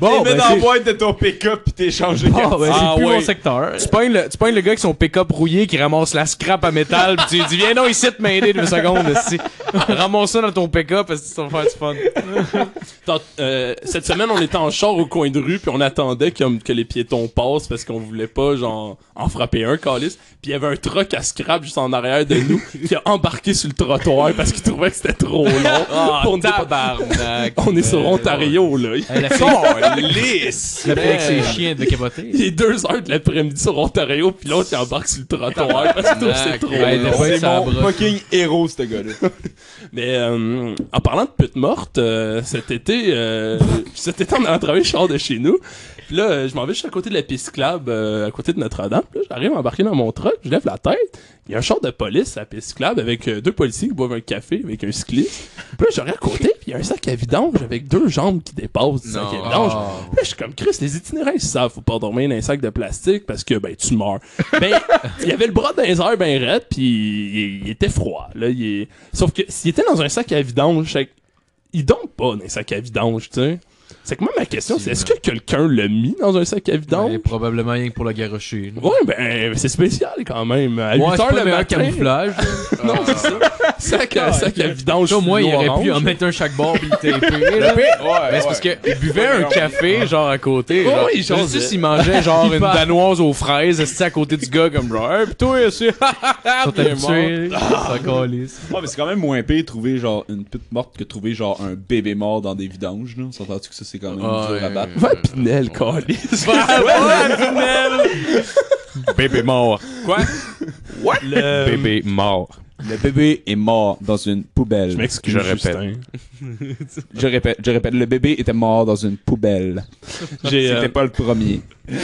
Bon,
mets
ben,
dans la
c'est-
boîte de ton pick-up pis t'échanges les
Bon, ben, c'est
Ah
plus
ouais.
mon secteur.
Tu pognes le, tu pognes le gars avec son pick-up rouillé qui ramasse la scrap à métal, pis tu lui dis, viens non, ici te m'aider deux secondes, esti. Ramasse ça dans ton pick-up, parce que ça va faire du fun.
Euh,
Tant- euh, cette semaine, on était en char au coin de rue, puis on attendait comme que les piétons passent parce qu'on voulait pas genre en frapper un calice. Puis il y avait un truck à scrap juste en arrière de nous qui a embarqué sur le trottoir parce qu'il trouvait que c'était trop long. Pour
Oh,
nous dépasser.
tabarnak.
on est sur Ontario là.
Euh, La fille
Oh, lisse!
la fille avec ses chiens de capoter.
Il est deux heures de l'après-midi sur Ontario, puis l'autre il embarque sur le trottoir parce qu'il trouve que c'est trop
Ouais,
long.
des fois,
C'est
ça
mon
brosse.
fucking héros, ce gars-là.
Mais euh, en parlant de pute morte, euh, cet été, euh, cet été on a travaillé char de chez nous. Puis là, euh, je m'en vais juste à côté de la piste cyclable, euh, à côté de Notre-Dame. Puis là, j'arrive à embarquer dans mon truck, je lève la tête. Il y a un char de police à la piste cyclable avec euh, deux policiers qui boivent un café avec un cycliste. Puis là, je regarde à côté, puis il y a un sac à vidange avec deux jambes qui dépassent du sac à
Ah.
vidange.
Ah,
Puis là, je suis comme Chris, les itinérants, ils savent, faut pas dormir dans un sac de plastique parce que, ben,
<laughs>
tu meurs. Ben, il y avait le bras d'un heures ben raide, puis il, il était froid. Là, il est- Sauf que s'il était dans un sac à vidange, c'est que- il donne pas dans un sac à vidange, tu sais. C'est que moi, ma question, c'est est-ce que quelqu'un l'a mis dans un sac à
Ouais,
vidange?
probablement rien que pour la garocher.
Ouais, ben, c'est spécial quand même. À 8
Moi, c'est
heures
pas le
le
meilleur
matin,
camouflage.
non, c'est ça. <laughs> sac, à, sac à vidange.
Au moins, il aurait pu en
orange.
mettre un chaque bord pis le
<laughs>
taper. là.
Mais c'est parce qu'il buvait un café, genre, à côté.
Ouais,
Genre,
ouais, il
Juste
jasait.
s'il mangeait, genre,
Il
une
parle.
danoise aux fraises, esti, à côté du gars, comme, genre, hey, pis toi, esti,
Ils sont
t'es mort.
habitués. Ça calisse.
Ouais, mais c'est quand même moins pire de trouver genre une pute morte que de trouver genre un bébé mort dans des vidanges, là. S'entends-tu que ça c'est quand même
Ah, Ouais.
dur à battre?
Va à Pinel, câlisse.
Bébé mort.
Le-
Bébé mort.
Le bébé est mort dans une poubelle.
Je
Je,
m'excuse,
Je répète.
Justin.
répète, je répète, le bébé était mort dans une poubelle.
J'ai, euh,
C'était pas le premier. Ah,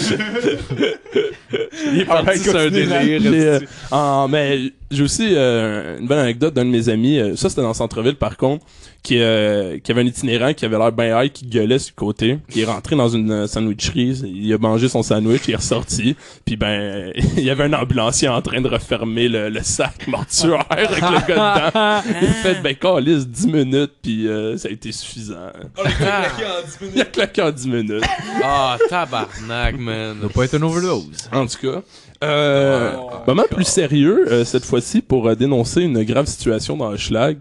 ben,
Il est parti sur un délire. J'ai, euh, en- mais j'ai aussi euh, une bonne anecdote d'un de mes amis. euh, ça, c'était dans le centre-ville, par contre, qui, euh, qui avait un itinérant qui avait l'air bien high, qui gueulait sur le côté. qui est rentré dans une euh, sandwicherie. Il a mangé son sandwich, il est ressorti. Puis ben, <laughs>
Ah,
il y avait un ambulancier en train de refermer le, le sac mortuaire avec le gars dedans. Il fait fait, ben, calisse 10 minutes, puis euh, ça a été suffisant.
Ah.
Il a claqué en 10 minutes.
Ah, tabarnak, man.
Ça doit pas être une overdose.
En tout cas, euh, moment plus sérieux euh, cette fois-ci pour euh, dénoncer une grave situation dans Schlag.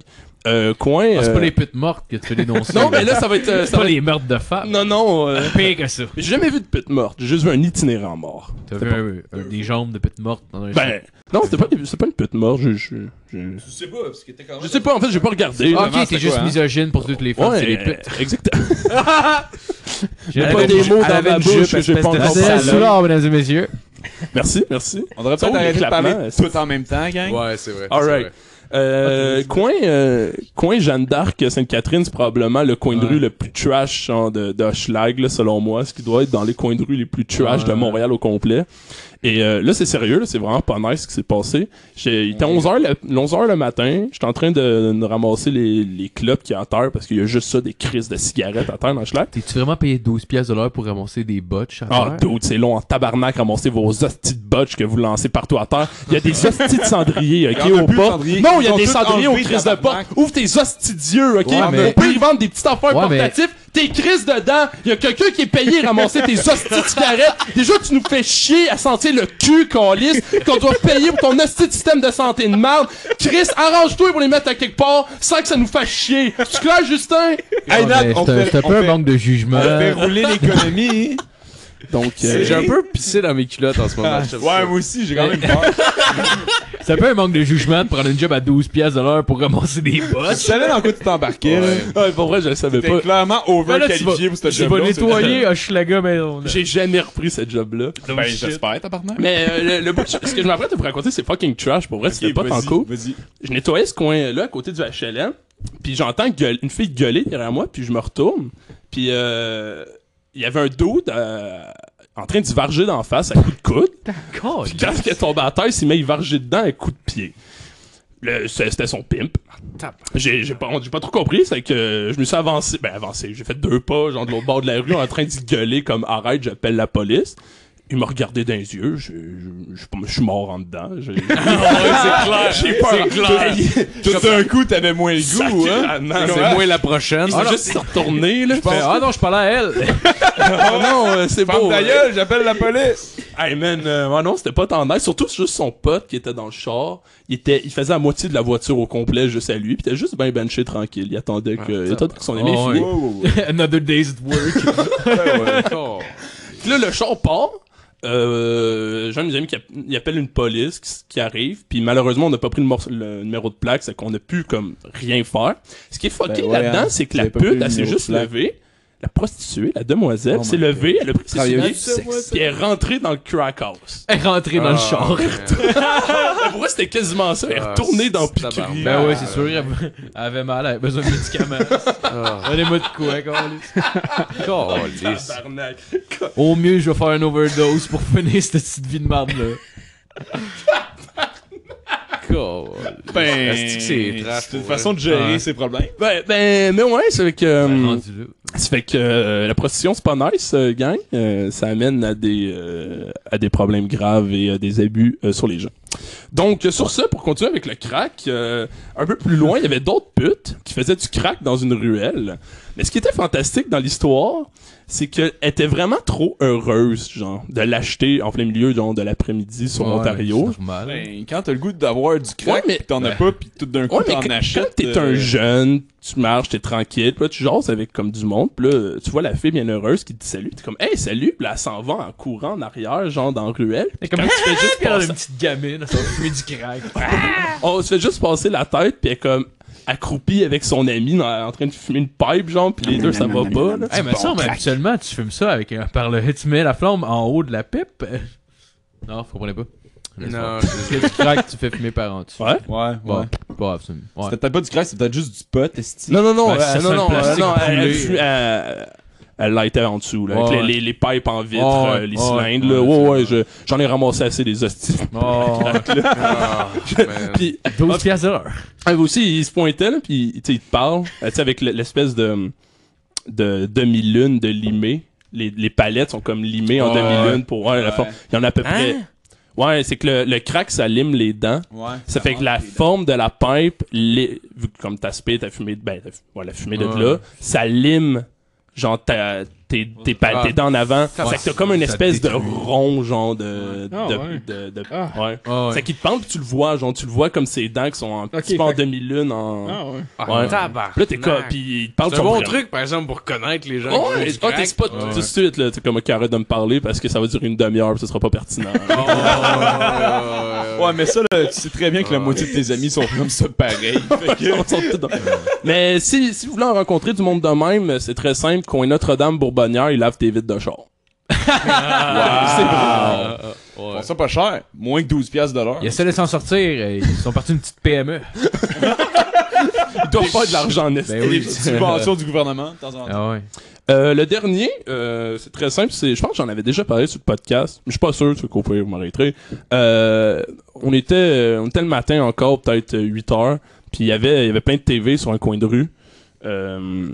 Euh, coin.
Ah, c'est
euh,
pas les putes mortes que tu veux dénoncer.
Non, mais là, ça va être. euh,
c'est
ça
pas
va être-
les meurtres de femmes.
Non, non. euh,
Pire que ça.
J'ai jamais vu de pute morte. J'ai juste vu un itinérant mort.
T'as vu un- un- des jambes de putes mortes dans un
Ben, non, c'était pas, c'est pas une pute morte. Je, je, je-
Je sais pas, parce que t'es quand même.
je sais pas, en fait, j'ai pas regardé.
Ah,
là.
Ok, t'es juste
quoi, hein?
misogyne pour toutes les femmes,
Ouais,
c'est les putes.
exactement.
J'ai
pas des mots dans ma bouche que j'ai pas encore
C'est
parlé.
soir, mesdames et messieurs.
Merci, merci.
On devrait
Ça,
peut-être arrêter de
l'éclatement,
parler
c'est-
tout en même temps, gang.
Ouais, c'est vrai.
All right. Euh, coin, euh, coin Jeanne d'Arc Sainte-Catherine, c'est probablement le coin de rue le plus trash hein, de, de Hochelag, là, selon moi, ce qui doit être dans les coins de rue les plus trash de Montréal au complet. Et euh, là, c'est sérieux, là, c'est vraiment pas nice ce qui s'est passé. J'ai, il était 11h le, 11 heures le matin, j'étais en train de, de ramasser les, les clopes qui y a à terre, parce qu'il y a juste ça, des crises de cigarettes à terre dans Hochelag.
T'es-tu vraiment payé 12 pièces de l'heure pour ramasser des botches à
Ah,
terre?
dude, c'est long en tabarnak, ramasser vos hosties de botches que vous lancez partout à terre. Il y a des hosties de cendriers,
<laughs> Il
ok,
y en a
au
plus de
pas.
cendriers.
Non, il y
Ils
a
ont
des
tout
cendriers au
enlevé,
crise de porte.
tabarnak.
Ouvre tes hosties d'yeux, ok?
Ouais, mais-
On peut y vendre des petites affaires
Ouais, mais-
portatives. Tes crises dedans. Il y a quelqu'un qui est payé à ramasser
<laughs>
tes hosties de cigarettes. Déjà, tu nous fais chier à sentir le cul, calice, qu'on doit payer pour ton hostie de système de santé de merde. Chris, arrange-toi pour les mettre à quelque part sans que ça nous fasse chier. Tu clair, Justin?
Hey, Nat,
Ouais,
on
Ah, c'est un-
fait,
c'est un
on
peu un
fait-
manque de jugement.
on fait rouler l'économie.
Donc, euh,
J'ai
<laughs>
un peu pissé dans mes culottes en ce moment. je te le
ouais, moi aussi, j'ai quand
<laughs>
même peur.
C'est un peu un manque de jugement de prendre une job à 12 pièces de l'heure pour ramasser des
Je
botches.
savais dans quoi tu t'embarquais. là.
ouais, pour vrai, je le savais pas.
T'es clairement
Ben là, tu
overqualifié pour ce
J'ai
job-là.
pas nettoyé Hochelaga, mais on...
J'ai jamais repris cette job-là.
Ben, j'espère, tabarnak.
Mais euh, le, le bout, ce que je m'apprête à vous raconter, c'est fucking trash. Pour vrai, c'était
Ok,
pas tant
vas-y,
cool.
Vas-y.
Je nettoyais ce coin-là à côté du HLM, puis j'entends gueule- une fille gueuler derrière moi, puis je me retourne, puis euh, il y avait un dos en train d'y varger d'en face à coups de coude.
D'accord.
Puis quand elle tombe à terre, il s'est mis à y varger dedans à coups de pied. Le- c'est- C'était son pimp. J'ai j'ai pas, j'ai pas trop compris, c'est que euh, je me suis avancé. Ben, avancé. J'ai fait deux pas, genre de l'autre bord de la rue, en train d'y gueuler comme arrête, j'appelle la police. Il m'a regardé dans les yeux, je, je, je- je suis mort en dedans. Je-
<laughs> Ah
<laughs>
J'ai peur. Tout d'un coup, t'avais moins le goût, hein?
Ah non,
dis.
c'est
C'est
moi. Ah,
moi la prochaine.
Il s'est juste retourné, là.
Ben,
Fait, ah non, je parlais à elle. <laughs>
Ah non, euh, c'est
Ferme
beau.
ta
hein.
gueule, j'appelle la police!
Hey man, euh, ouais, non, c'était pas tendance. Surtout c'est juste son pote qui était dans le char. Il était, il faisait la moitié de la voiture au complet juste à lui. Puis il était juste ben benché tranquille. Il attendait que, il attendait que son ami
Ah, ouais.
finisse.
Another day's at work.
Puis là, le char part. Euh, J'ai un de mes amis qui app- il appelle une police qui, s- qui arrive. Puis malheureusement, on n'a pas pris le, morce- le numéro de plaque. C'est qu'on a pu comme rien faire. Ce qui est fucké
Ben ouais,
là-dedans,
hein.
c'est que
Vous
la
avez pas pris
pute,
le
elle s'est
numéro de
juste
plaque.
levée. La prostituée, la demoiselle,
Oh
s'est
my
levée, elle a pris ses
Travailleuse
souliers,
du sexe.
puis elle est rentrée dans le crack house.
Elle est rentrée dans le char.
<laughs> Ben, pour moi, c'était quasiment ça. Elle est retournée dans Piquerie.
Ben oui, Ah, c'est sûr. Elle elle <laughs> avait mal, elle avait besoin de médicaments. <laughs> Donnez-moi de quoi, câlisse.
Oh,
Tabarnak.
Au mieux, je vais faire une overdose pour finir cette petite vie de merde
<laughs>
là.
Ben,
Est-ce que c'est trash,
c'est une
pour vrai?
façon de gérer
Ouais.
ses problèmes.
Ben, ben, mais ouais, ça fait que.
Hum.
Ben,
euh,
Rendu là.
ça fait que euh, la prostitution, c'est pas nice, euh, gang. Euh, ça amène à des, euh, à des problèmes graves et à des abus euh, sur les gens. Donc, euh, sur ça, pour continuer avec le crack, euh, un peu plus loin, il y avait d'autres putes qui faisaient du crack dans une ruelle. Mais ce qui était fantastique dans l'histoire, c'est qu'elle était vraiment trop heureuse, genre, de l'acheter en plein milieu, genre, de l'après-midi sur
Ouais,
Ontario.
c'est normal.
Ben, quand t'as le goût d'avoir du
Ouais,
crack,
mais-
pis t'en as pas, pis tout d'un coup,
Ouais, mais
t'en
quand-
achètes.
quand t'es
euh,
un jeune, tu marches, t'es tranquille, puis là, tu jases avec comme du monde, puis là, tu vois la fille bien heureuse qui te dit salut, t'es comme, hey, salut, puis là, elle s'en va en courant en arrière, genre dans la ruelle.
Et
Puis
comme
quand tu fais juste
Elle a
passer,
une petite gamine, elle s'en fumée du crack.
on se fait Oh, juste passer la tête, puis elle est comme accroupie avec son ami dans- en train de fumer une pipe, genre, puis les deux, ça va pas, là.
Hey, mais ça, mais habituellement, tu fumes ça avec un par le tu mets la flamme en haut de la pipe. <laughs> Euh, Non, vous comprenez pas.
Non,
Parce que du crack, tu fais fumer par en dessous.
Ouais?
Ouais,
Bon,
ouais.
bon, absolument. Ouais.
C'était peut-être pas du crack, c'était peut-être juste du pot, esti.
Non, non, non,
Ben,
euh,
si ça
non,
sent
non,
le
euh,
plastique
non, elle,
brûlé.
elle fume- elle- elle l'a été en dessous, là, avec
Ouais,
les-
ouais.
les, les pipes en vitre,
Ouais,
euh, les
ouais,
cylindres,
ouais,
là. Ouais,
ouais,
ouais, je- j'en ai ramassé assez des hosties. <laughs>
Oh,
<laughs>
Ah,
<laughs>
man.
Puis
12 piastres de l'heure.
Ah, vous aussi, il se pointait, là, puis tu sais, il te parle, euh, tu sais, avec le- l'espèce de, de demi-lune de limé. Les, les palettes sont comme limées en
Ouais, Hein?
demi-lune pour ouais, la forme. Il y en a à peu près. Ouais, c'est que le, le crack, ça lime les dents.
Ouais.
Ça fait que la forme de la pipe, les- vu que comme t'as spé, t'as fumé, de- ben, t'as fu- ouais, la fumée de
Ouais.
là, ça lime, genre, ta- tes, tes, pa-
Ah.
tes dents en avant.
Ça-
fait que t'as comme une
ça
espèce de
détruit.
rond, genre, de.
Ah,
de,
ouais.
de- de-
Ah.
ouais.
Ah,
C'est qui te pente, puis tu le vois, genre, tu le vois comme ses dents qui sont un
Ok,
petit peu en
fait-
demi-lune. En...
Ah ouais.
Ah,
Ouais.
tabarnak.
Puis là, t'es comme, puis il te parle
C'est
sur
un bon
le-
truc, par exemple, pour connaître les gens.
Oh,
qui font
ouais,
du
ah,
crack.
t'es spot
Ouais.
tout de suite, là. T'es comme, ok, arrête de me parler parce que ça va durer une demi-heure, puis ce sera pas
<laughs>
pertinent.
Oh, ouais, ouais, ouais, ouais.
Ouais, mais ça, là, tu sais très bien que la moitié de tes amis sont comme ça pareil. Fait que-
<laughs> On saute tout dans- Mais si, si vous voulez en rencontrer du monde de même, c'est très simple. Coin Notre-Dame, Bourbonnière, ils lavent tes vides de char.
Ah,
Ouais.
Bon, ça pas cher. Moins que 12 piastres de l'heure.
Il essaie de s'en sortir. euh, Ils sont partis une petite E. PME.
Ils doivent pas de l'argent en esti.
Ben oui.
Subvention du gouvernement, de temps en temps.
Ah ouais.
Euh, Le dernier, euh, c'est très simple. c'est- Je pense que j'en avais déjà parlé sur le podcast. Mais je suis pas sûr, tu peux couper, vous m'arrêterez. Euh, on, était, euh, on était le matin encore, peut-être euh, 8 heures. Puis il y avait, il y avait plein de TV sur un coin de rue. Euh,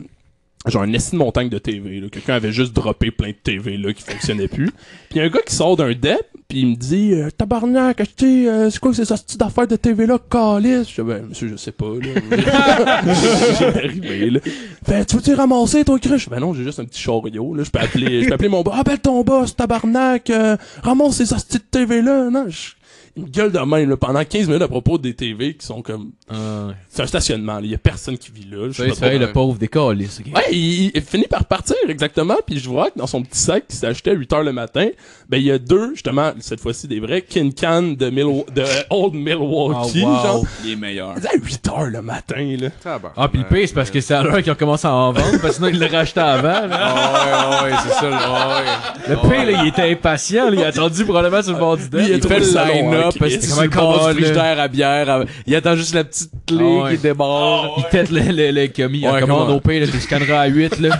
genre un esti de montagne de TV. là. Quelqu'un avait juste droppé plein de TV là, qui fonctionnait plus. Puis y a un gars qui sort d'un dep, puis il me dit euh, Tabarnak, achetez, euh, c'est quoi ces astuces d'affaires de TV là, calice Je dis Ben, monsieur, je sais pas, là. <laughs> J'étais arrivé, là. Fait, Ben, tu veux-tu ramasser ton crush Je dis, Ben non, j'ai juste un petit chariot, là. Je peux appeler, je peux appeler mon boss. Ah, ben ton boss, tabarnak, euh, ramasse ces astuces de TV là. Non, je- Il me gueule de même, là, pendant 15 minutes à propos des TV qui sont comme.
Ah, ouais.
C'est un stationnement, là. Il y a personne qui vit là. Je sais
Ça, il
pas
se fait,
trop-
le pauvre décolle. ce gars.
Ouais, il, il finit par partir, exactement. Puis je vois que dans son petit sac qui s'est acheté à 8 h le matin, ben il y a deux, justement, cette fois-ci des vrais, Kin Can de, Mil- de Old Milwaukee,
Oh, wow.
genre.
Les meilleurs.
C'est à 8 h le matin, là.
Tabarnak.
Ah, puis le pire, c'est parce que c'est à l'heure qu'ils ont commencé à en vendre, parce que sinon ils le rachetaient avant. là.
Ah, ouais, ouais, c'est ça. le-
Le pire, là, il était impatient, là, il a attendu probablement sur le bord du
Lui, il a
deck.
Il fait le
salon, hein,
line-up,
Chris.
parce que
C'est
c'est
comme un
comme un
cowboy,
frigidaire à bière. à- Il attend juste la petite clé
Ah ouais.
qui débarre.
Il tête le, le, le commis, il
Ouais,
commande
comment-
au pire, là, tu scanneras à 8, là.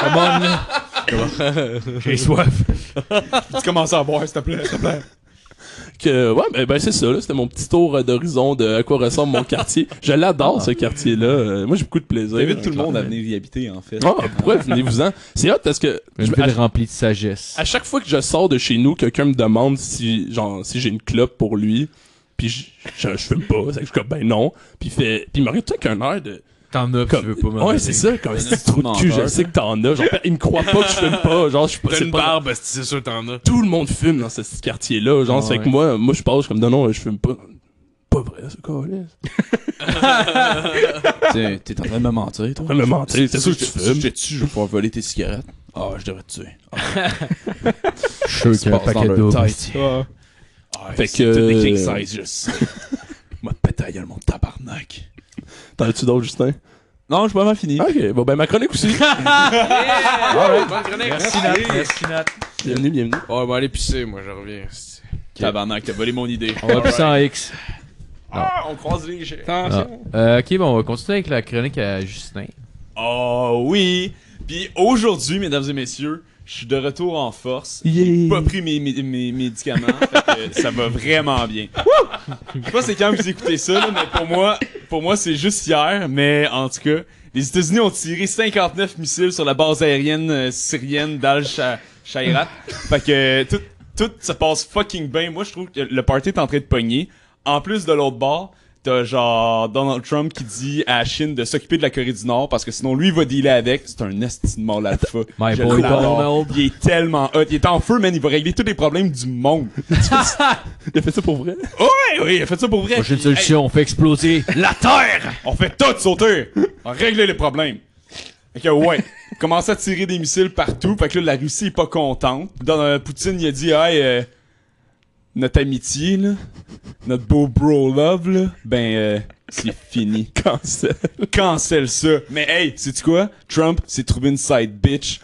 commande, là. J'ai soif.
Tu commences à boire, s'il te plaît.
Que, ouais, ben, ben, c'est ça, là. C'était mon petit tour euh, d'horizon de à quoi ressemble mon quartier. Je l'adore,
Ah.
ce quartier-là. Euh, moi, j'ai beaucoup de plaisir.
J'invite tout le monde à venir y habiter, en fait.
Ah, pourquoi venez-vous-en? C'est hot parce que.
Une
je-
ville
à-
remplie de sagesse.
À chaque fois que je sors de chez nous, quelqu'un me demande si genre si j'ai une clope pour lui, puis je je, je fume pas, c'est que je suis comme ben non, puis il fait puis il me regarde tout avec un air de
T'en as,
comme Ouais, c'est ça, comme c'est trou de cul, je sais que t'en as, genre il me croit pas que je fume pas, genre je suis pas
T'as
c'est
une
pas-
barbe, esti, c'est sûr t'en as.
tout le monde fume dans ce petit quartier-là. Genre,
Ah
c'est que
ouais.
moi, moi je passe comme non, non, je fume pas. Pas vrai, ce gars-là.
T'es t'es en train de me mentir, toi?
T'as me mentir, c'est sûr que tu
Si je
fumes.
te tue, je vais pouvoir voler tes cigarettes. Ah, je devrais te tuer.
Je suis sûr qu'il y a un
passe dans
paquet
leur
d'eau.
tête.
Ah.
Ah,
Fait
c'est
que-
tout des king size, je sais. Moi, pété à gueule, mon tabarnak.
T'en as-tu d'autres, Justin?
Non, je suis pas mal fini.
Ok, bon ben ma chronique <laughs> aussi.
Merci, Nat. Merci, Nat.
bienvenue, bienvenue.
Oh, bah, allez pisser, moi, je reviens. esti.
Tabarnak, t'as volé mon idée.
On va plus en X.
Ah, on croise les jets.
Attention.
Euh, ok, bon, on va continuer avec la chronique à Justin.
Oh oui! Puis aujourd'hui, mesdames et messieurs, je suis de retour en force. J'ai
Yeah.
pas pris mes, mes- mes médicaments, fait que ça va vraiment bien. Wouh! Je sais pas c'est quand vous écoutez ça, là, mais pour moi, pour moi c'est juste hier, mais en tout cas, les États-Unis ont tiré 59 missiles sur la base aérienne euh, syrienne d'Al-Shairat. Fait que tout, tout se passe fucking bien. Moi, je trouve que le party est en train de pogner. En plus de l'autre bord, t'as genre Donald Trump qui dit à la Chine de s'occuper de la Corée du Nord parce que sinon lui il va dealer avec. C'est un estime mort l'alpha.
My
Je
boy
l'adore.
Donald.
Il est tellement hot. Il est en feu, man. Il va régler tous les problèmes du monde.
Il a fait ça pour vrai?
Ouais, oui, il a fait ça pour vrai.
Prochaine solution, on fait exploser la Terre!
On fait tout sauter. On règle les problèmes. Fait que ouais, commence à tirer des missiles partout. Fait que là, la Russie est pas contente. Dans, euh, Poutine, il a dit, hey, euh, notre amitié, là, notre beau bro love, là, ben, euh, c'est <laughs> fini.
Quand c'est?
Cancel ça. Mais hey, sais-tu quoi? Trump s'est trouvé une side <laughs> bitch.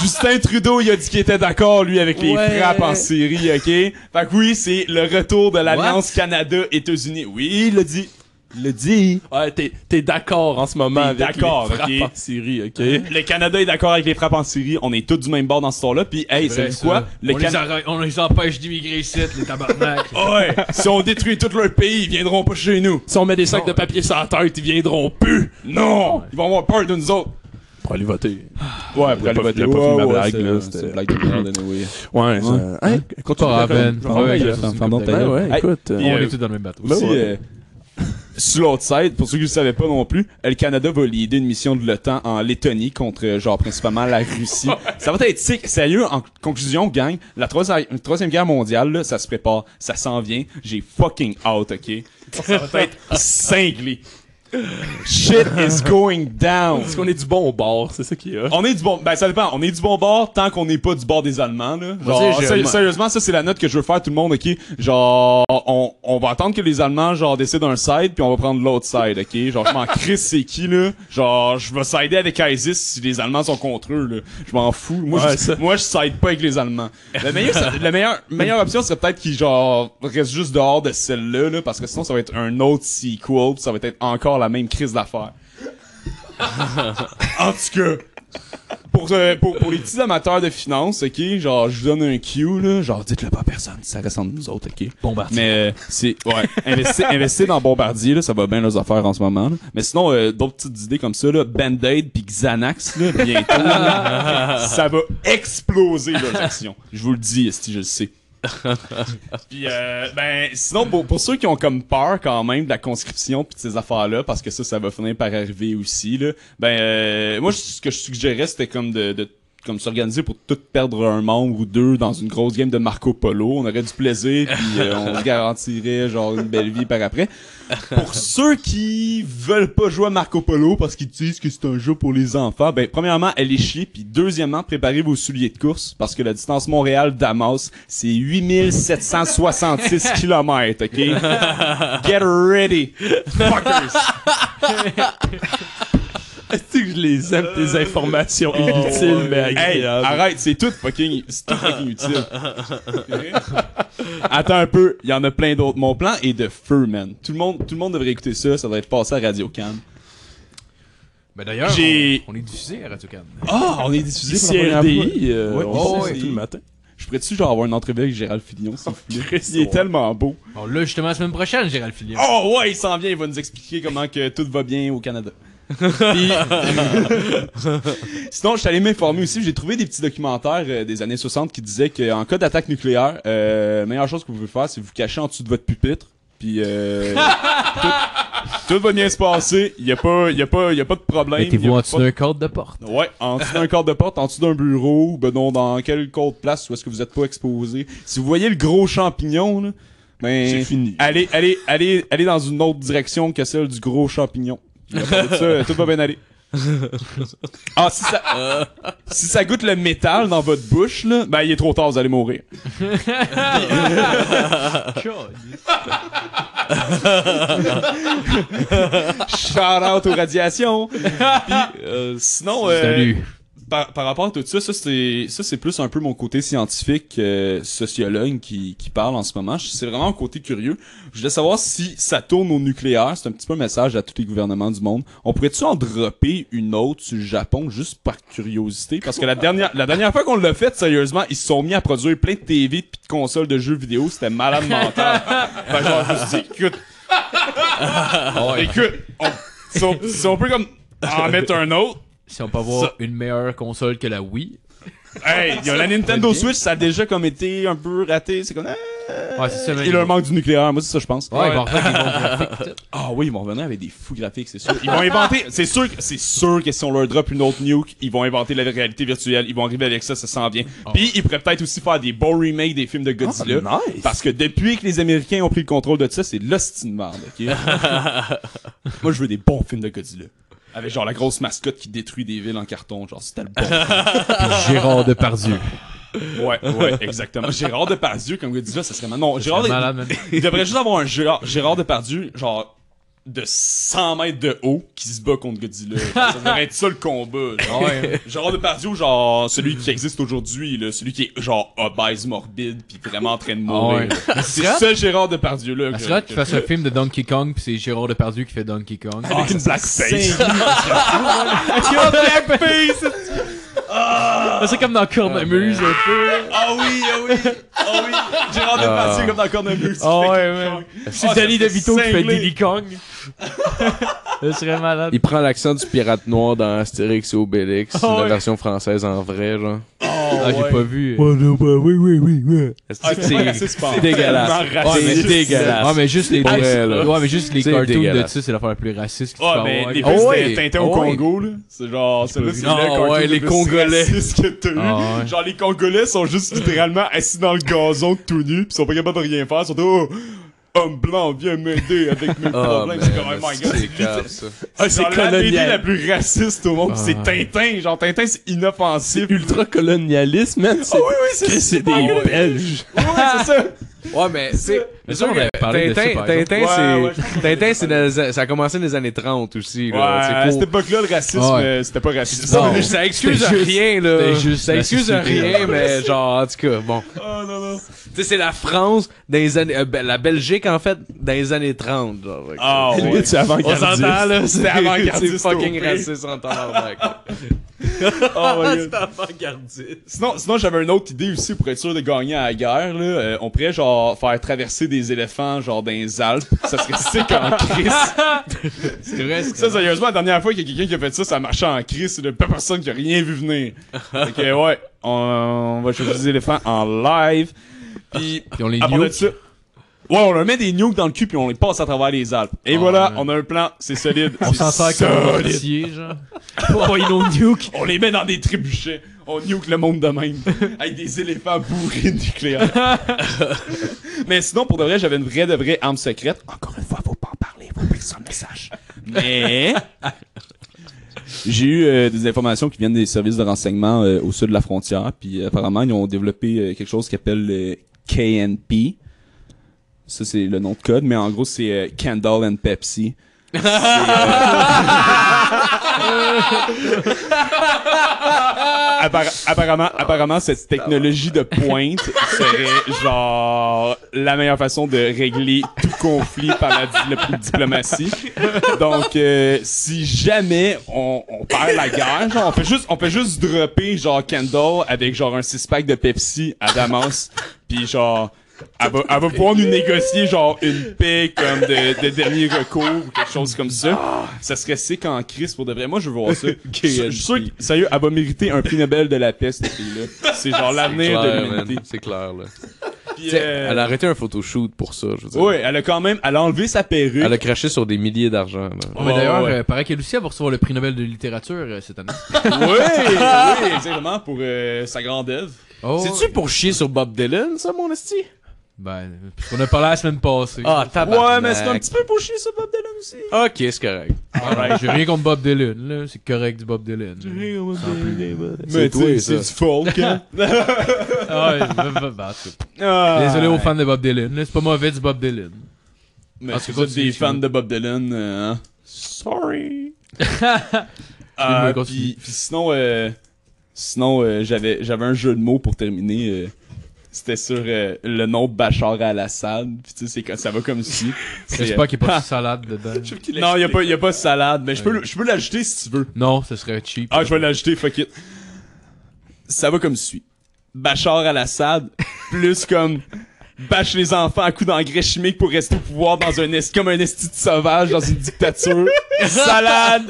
Justin Trudeau, il a dit qu'il était d'accord, lui, avec les
Ouais.
frappes en Syrie, OK? Fait que oui, c'est le retour de l'Alliance Canada-États-Unis. Oui, il l'a dit. Il l'a dit.
Ouais, t'es, t'es d'accord en ce moment
T'es
avec
d'accord,
les frappes
ok.
en Syrie, ok?
Le Canada est d'accord avec les frappes en Syrie. On est tous du même bord dans ce tour-là. Puis, hey,
C'est vrai,
savez-vous quoi?
ça.
Le
on, les
Canada...
arrête- on les empêche d'immigrer ici, les <laughs> tabarnak.
ouais, si on détruit tout leur pays, ils viendront pas chez nous.
Si on met des sacs de papier sur la tête, ils viendront plus!
Non! Ils vont avoir peur de nous autres.
pour aller voter.
Ouais, après
Il a
le
pas- il a pas fait
voter.
ma
Ouais, ouais,
blague,
c'est-
là,
C'est
c'était-
une blague de merde, anyway.
Ouais, ça. Hein? Continue
Pas
la
Raven.
com-
Pas
Ouais,
Raven.
ouais,
c'est-
Pardon,
c'est-
ta
ouais,
gueule.
ouais,
Hey,
écoute. euh,
On
euh,
est tous dans le même bateau.
Aussi,
Ben ouais.
euh, <laughs> sur l'autre side, pour ceux qui ne le savaient pas non plus, euh, le Canada va leader une mission de l'OTAN en Lettonie contre, euh, genre, principalement la Russie. ça va être sick. Sérieux, en conclusion, gang, la troisi- la troisième guerre mondiale, là, ça se prépare, ça s'en vient. J'ai fucking out, ok? Ça va être cinglé. Shit is going down.
Parce qu'on est du bon bord, c'est ça qui est. hot.
On est du bon, ben ça dépend. On est du bon bord tant qu'on n'est pas du bord des Allemands là. Genre,
Vas-y, j'ai-
sé- sérieusement, ça c'est la note que je veux faire tout le monde. Ok, genre on, on va attendre que les Allemands genre décident un side puis on va prendre l'autre side. Ok, genre je m'en crisse c'est qui là. Genre je vais sider avec ISIS si les Allemands sont contre eux là. Je m'en fous. Moi
Ouais,
je, moi je side pas avec les Allemands. La meilleure ça- la meilleure meilleure option serait peut-être qu'ils genre restent juste dehors de celle-là là parce que sinon ça va être un autre sequel puis ça va être encore la même crise d'affaires. en tout cas pour, euh, pour, pour les petits amateurs de finance, ok, genre, je vous donne un cue, là, genre, dites-le pas à personne, ça reste entre nous autres, ok.
Bombardier.
Mais, euh, c'est, ouais, investir, investir dans Bombardier, là, ça va bien leurs affaires en ce moment, là. Mais sinon, euh, d'autres petites idées comme ça, là, Band-Aid pis Xanax, là, bientôt, là, ça va exploser leurs actions. Je vous le dis, si je le sais. Puis, euh, ben, sinon, pour, pour ceux qui ont comme peur quand même de la conscription puis de ces affaires-là, parce que ça, ça va finir par arriver aussi, là, ben, euh, moi, je- ce que je suggérais, c'était comme de, de comme s'organiser pour tout perdre un membre ou deux dans une grosse game de Marco Polo. On aurait du plaisir, puis euh, on se garantirait, genre, une belle vie par après. Pour ceux qui veulent pas jouer à Marco Polo parce qu'ils disent que c'est un jeu pour les enfants, ben, premièrement, elle est chier, puis deuxièmement, préparez vos souliers de course, parce que la distance Montréal-Damas, c'est 8766 km, ok? Get <laughs> ready, fuckers!
Est-ce que je les aime, tes informations inutiles, mais
Euh, oh, Hey,
agréables.
arrête, c'est tout fucking, c'est tout fucking utile. <laughs> Attends un peu, il y en a plein d'autres. Mon plan est de feu, man. Tout le monde, tout le monde devrait écouter ça, ça devrait être passé à Radio Can.
Ben d'ailleurs,
J'ai-
on, on est diffusé à Radio-Can.
Ah, on est diffusé
C'est RDI, euh,
Ouais,
on
ouais.
fait ça tout le matin.
Je pourrais-tu genre avoir une entrevue avec Gérald Fillon, s'il vous plaît?
Christ,
Il est
ouais.
tellement beau.
Bon, là, justement, la semaine prochaine, Gérald Fillion.
Oh ouais, il s'en vient, il va nous expliquer comment que tout va bien
<laughs>
au Canada. Puis- Sinon, je suis allé m'informer aussi, j'ai trouvé des petits documentaires euh, des années 60 qui disaient qu'en cas d'attaque nucléaire, euh, meilleure chose que vous pouvez faire, c'est vous cacher en dessous de votre pupitre. Puis
<laughs>
euh, tout, tout va bien se passer, il y a pas il y a pas il y a pas de problème. y a
Mettez-vous en
pas
dessous
de-
d'un cadre de porte.
Ouais, en dessous d'un corps de porte, en dessous d'un bureau, ben non, dans quelque autre place où est-ce que vous êtes pas exposé. Si vous voyez le gros champignon, là, ben,
C'est fini.
Allez, allez, allez, allez dans une autre direction que celle du gros champignon. Puis à part de ça, tout va bien aller. Ah, si ça, si ça goûte le métal dans votre bouche, là, ben, il est trop tard, vous allez mourir. Shout out aux radiations. Puis, euh, sinon, euh,
Salut.
par, par rapport à tout ça, ça c'est ça c'est plus un peu mon côté scientifique euh, sociologue qui, qui parle en ce moment. Je- C'est vraiment un côté curieux. Je voulais savoir si ça tourne au nucléaire. C'est un petit peu un message à tous les gouvernements du monde. On pourrait-tu en dropper une autre sur le Japon juste par curiosité Parce que la dernière la dernière fois qu'on l'a fait, sérieusement, ils se sont mis à produire plein de TV puis de consoles de jeux vidéo. C'était malade mental. Fait genre, je me suis dit, écoute, écoute, on, si, on, si on peut comme en mettre un autre.
Si on peut avoir une meilleure console que la Wii.
Hey, y a la Nintendo Switch, ça a déjà comme été un peu raté. C'est comme. ah,
Ouais, c'est ça, man.
Il leur manque du nucléaire, moi c'est ça je pense.
Ouais, ils vont refaire des <laughs> bons graphiques, peut-être.
Ah oui, ils vont revenir avec des fous graphiques, c'est sûr. Ils vont inventer, c'est sûr, que- c'est sûr que si on leur drop une autre nuke, ils vont inventer la réalité virtuelle, ils vont arriver avec ça, ça s'en vient. Puis ils pourraient peut-être aussi faire des bons remakes des films de Godzilla.
nice.
Parce que depuis que les Américains ont pris le contrôle de ça, c'est l'hostie de merde, ok? moi je veux des bons films de Godzilla. Avec genre la grosse mascotte qui détruit des villes en carton, genre c'était le bon.
Gérard Depardieu.
Ouais, ouais, exactement. Gérard Depardieu, comme Godzilla, ça serait mal. Non, Gérard,
Malade, man.
Il devrait juste avoir un Gérard, Gérard Depardieu, genre de 100 mètres de haut, qui se bat contre Godzilla. Ça devrait être ça le combat. genre. Gérard Depardieu, genre celui qui existe aujourd'hui, là, celui qui est genre obèse, morbide, puis vraiment en train de mourir. C'est
serait-
ce Gérard Depardieu là.
Ça serait hot qu'il fasse un film de Donkey Kong, puis c'est Gérard Depardieu qui fait Donkey Kong.
avec une blackface.
<laughs> Ah, c'est comme dans Cornemuse, un peu.
Ah oui, ah oui, ah oui. Gérard Depardieu comme dans Cornemuse.
Ah ouais, ouais. C'est
Ah, ça
Danny
serait <laughs>
DeVito qui fait
cinglé.
Diddy Kong.
Je serais malade.
Il prend l'accent du pirate noir dans Astérix et Obélix, la version française en vrai, genre.
Ah, j'ai pas vu. Ah,
Est-ce que c'est-
c'est
dégueulasse.
Ah,
Ouais, mais
C'est dégueulasse.
Ouais, mais juste les,
Pour vrai, là.
ouais, mais juste les
C'est
cartoons de
dégueulasse.
ça, c'est l'affaire la plus raciste que tu peux
Ah, mais
avoir.
les
Ah,
plus
ouais.
de Tintin au
Ah, ouais.
Congo, là. C'est genre, c'est là, c'est
Ah,
le cartoon
ouais,
le
les
plus
Congolais.
raciste que t'as eu.
Ah, ouais.
Genre, les Congolais sont juste littéralement assis dans le gazon tout nus, pis sont pas capables de rien faire. Ils sont oh, homme blanc, viens m'aider avec mes
Ah,
problèmes.
man,
C'est comme, oh my god,
c'est grave, ça.
c'est genre la BD
colonial.
la plus raciste au monde, pis c'est Tintin. Genre, Tintin, c'est inoffensif. Ah
Ultra colonialisme, man. C'est
oui, oui, c'est
Chris, c'est des Belges.
Ouais, c'est ça.
Ouais, mais c'est.
Mais ça, on avait parlé de ça,
Tintin,
par exemple.
Tintin,
Ouais, ouais, je
c'est. Tintin, c'est dans les a- ça a commencé dans les années 30 aussi,
Ouais,
là.
à
C'est
cette
faux.
époque-là, le racisme,
Ah ouais.
euh, c'était pas raciste.
Non.
Ça- Ça excuse
Ah, C'était juste-
rien, là.
c'était juste
Ça excuse
la société,
rien, mais genre, en tout cas, bon.
Oh, non, non.
Tu sais, c'est la France dans les années. euh, ben, la Belgique, en fait, dans les années 30, genre. Fait que-
Ah, ouais.
C'est
On
avant-gardiste.
s'entend, là. <laughs> C'est C'est
avant-gardiste
fucking
au pire.
raciste en tabarnak.
Ah,
Oh my God. Sinon, sinon j'avais une autre idée aussi pour être sûr de gagner à la guerre. Là. Euh, on pourrait genre faire traverser des éléphants genre dans les Alpes. Ça serait
<laughs>
sick en crise.
C'est vrai, c'est
Ça, sérieusement, la dernière fois qu'il y a quelqu'un qui a fait ça, ça marchait en crise. Il y a pas personne qui a rien vu venir.
<laughs>
Fait que ouais, on, on va choisir des éléphants en live. Puis
Puis on les
à part de
nukes.
ça... Ouais, on leur met des nukes dans le cul puis on les passe à travers les Alpes. Et
Ah,
voilà,
ouais.
on a un plan, c'est solide.
On s'en sert comme un mortier, genre. <laughs> Pas une autre nuke.
On les met dans des trébuchets. On nuke le monde
<laughs>
de même. Avec des éléphants bourrés de nucléaire. <laughs> Mais sinon, pour de vrai, j'avais une vraie de vraie arme secrète. Encore une fois, faut pas en parler. Faut pas que ça le message. Mais...
<laughs> J'ai eu euh, des informations qui viennent des services de renseignement euh, au sud de la frontière, puis euh, apparemment ils ont développé euh, quelque chose qu'ils appellent le KNP. Ça c'est le nom de code, mais en gros c'est euh, Candle and Pepsi. C'est,
Appara- apparemment, apparemment, cette technologie de pointe serait genre la meilleure façon de régler tout conflit par la di- diplomatie. Donc, euh, si jamais on, on perd la guerre, genre, on peut juste, on peut juste dropper genre Kendall avec genre un six pack de Pepsi à Damas, puis genre. Elle va, elle va pouvoir nous négocier genre une paix comme de, de dernier recours ou quelque chose comme ça.
Ah.
Ça serait sick en crise pour de vrai. Moi, je veux
<laughs>
voir ça. Je suis- je suis sûr que, sérieux, elle va mériter un prix Nobel de la paix, cette fille-là. C'est genre l'avenir de
clair,
l'humanité.
man. C'est clair, là.
Puis,
Tu sais,
euh,
Elle a arrêté un photoshoot pour ça, je veux dire.
Ouais, elle a quand même, elle a enlevé sa perruque.
Elle a craché sur des milliers d'argent, là.
Oh, mais d'ailleurs,
ouais.
euh, paraît qu'elle aussi elle va recevoir le prix Nobel de littérature euh, cette
<laughs>
année.
Oui, oui, exactement, pour euh, sa grande œuvre.
Oh,
C'est-tu pour chier sur Bob Dylan, ça, mon esti?
Ben, on a parlé la semaine passée.
Ah, tabarnak.
Ouais, mais c'est un petit peu pour chier, ça, Bob Dylan aussi.
Ok, c'est correct.
Ouais, J'ai rien contre Bob Dylan, là. C'est correct du Bob Dylan.
Mais tu sais, c'est
ça.
du folk,
<laughs>
hein.
Ah, ouais, ben, ben, ben, en tout cas.
Ah.
Désolé aux fans de Bob Dylan, là. C'est pas mauvais du Bob Dylan.
Mais
Parce
si
que
vous êtes
continue,
des fans
Simon.
de Bob Dylan, euh, hein, <laughs> sorry. Ah,
Excuse-moi, continue.
puis, puis sinon, euh, sinon euh, j'avais j'avais un jeu de mots pour terminer. euh, C'était sur euh, le nom de Bachar al-Assad. Puis tu sais, c'est co- ça va comme si.
<laughs>
C'est,
J'espère qu'il n'y a pas
Ah.
de salade <laughs> dedans.
<laughs> Non, y a pas y a pas de salade, mais je peux le- je peux l'ajouter si tu veux.
Non, ce serait cheap.
Ah, je vais l'ajouter, fuck it. Ça va comme suit. Bachar al-Assad, plus comme bâche les enfants à coups d'engrais chimiques pour rester au pouvoir dans un esti comme un esti de sauvage dans une dictature. Salade!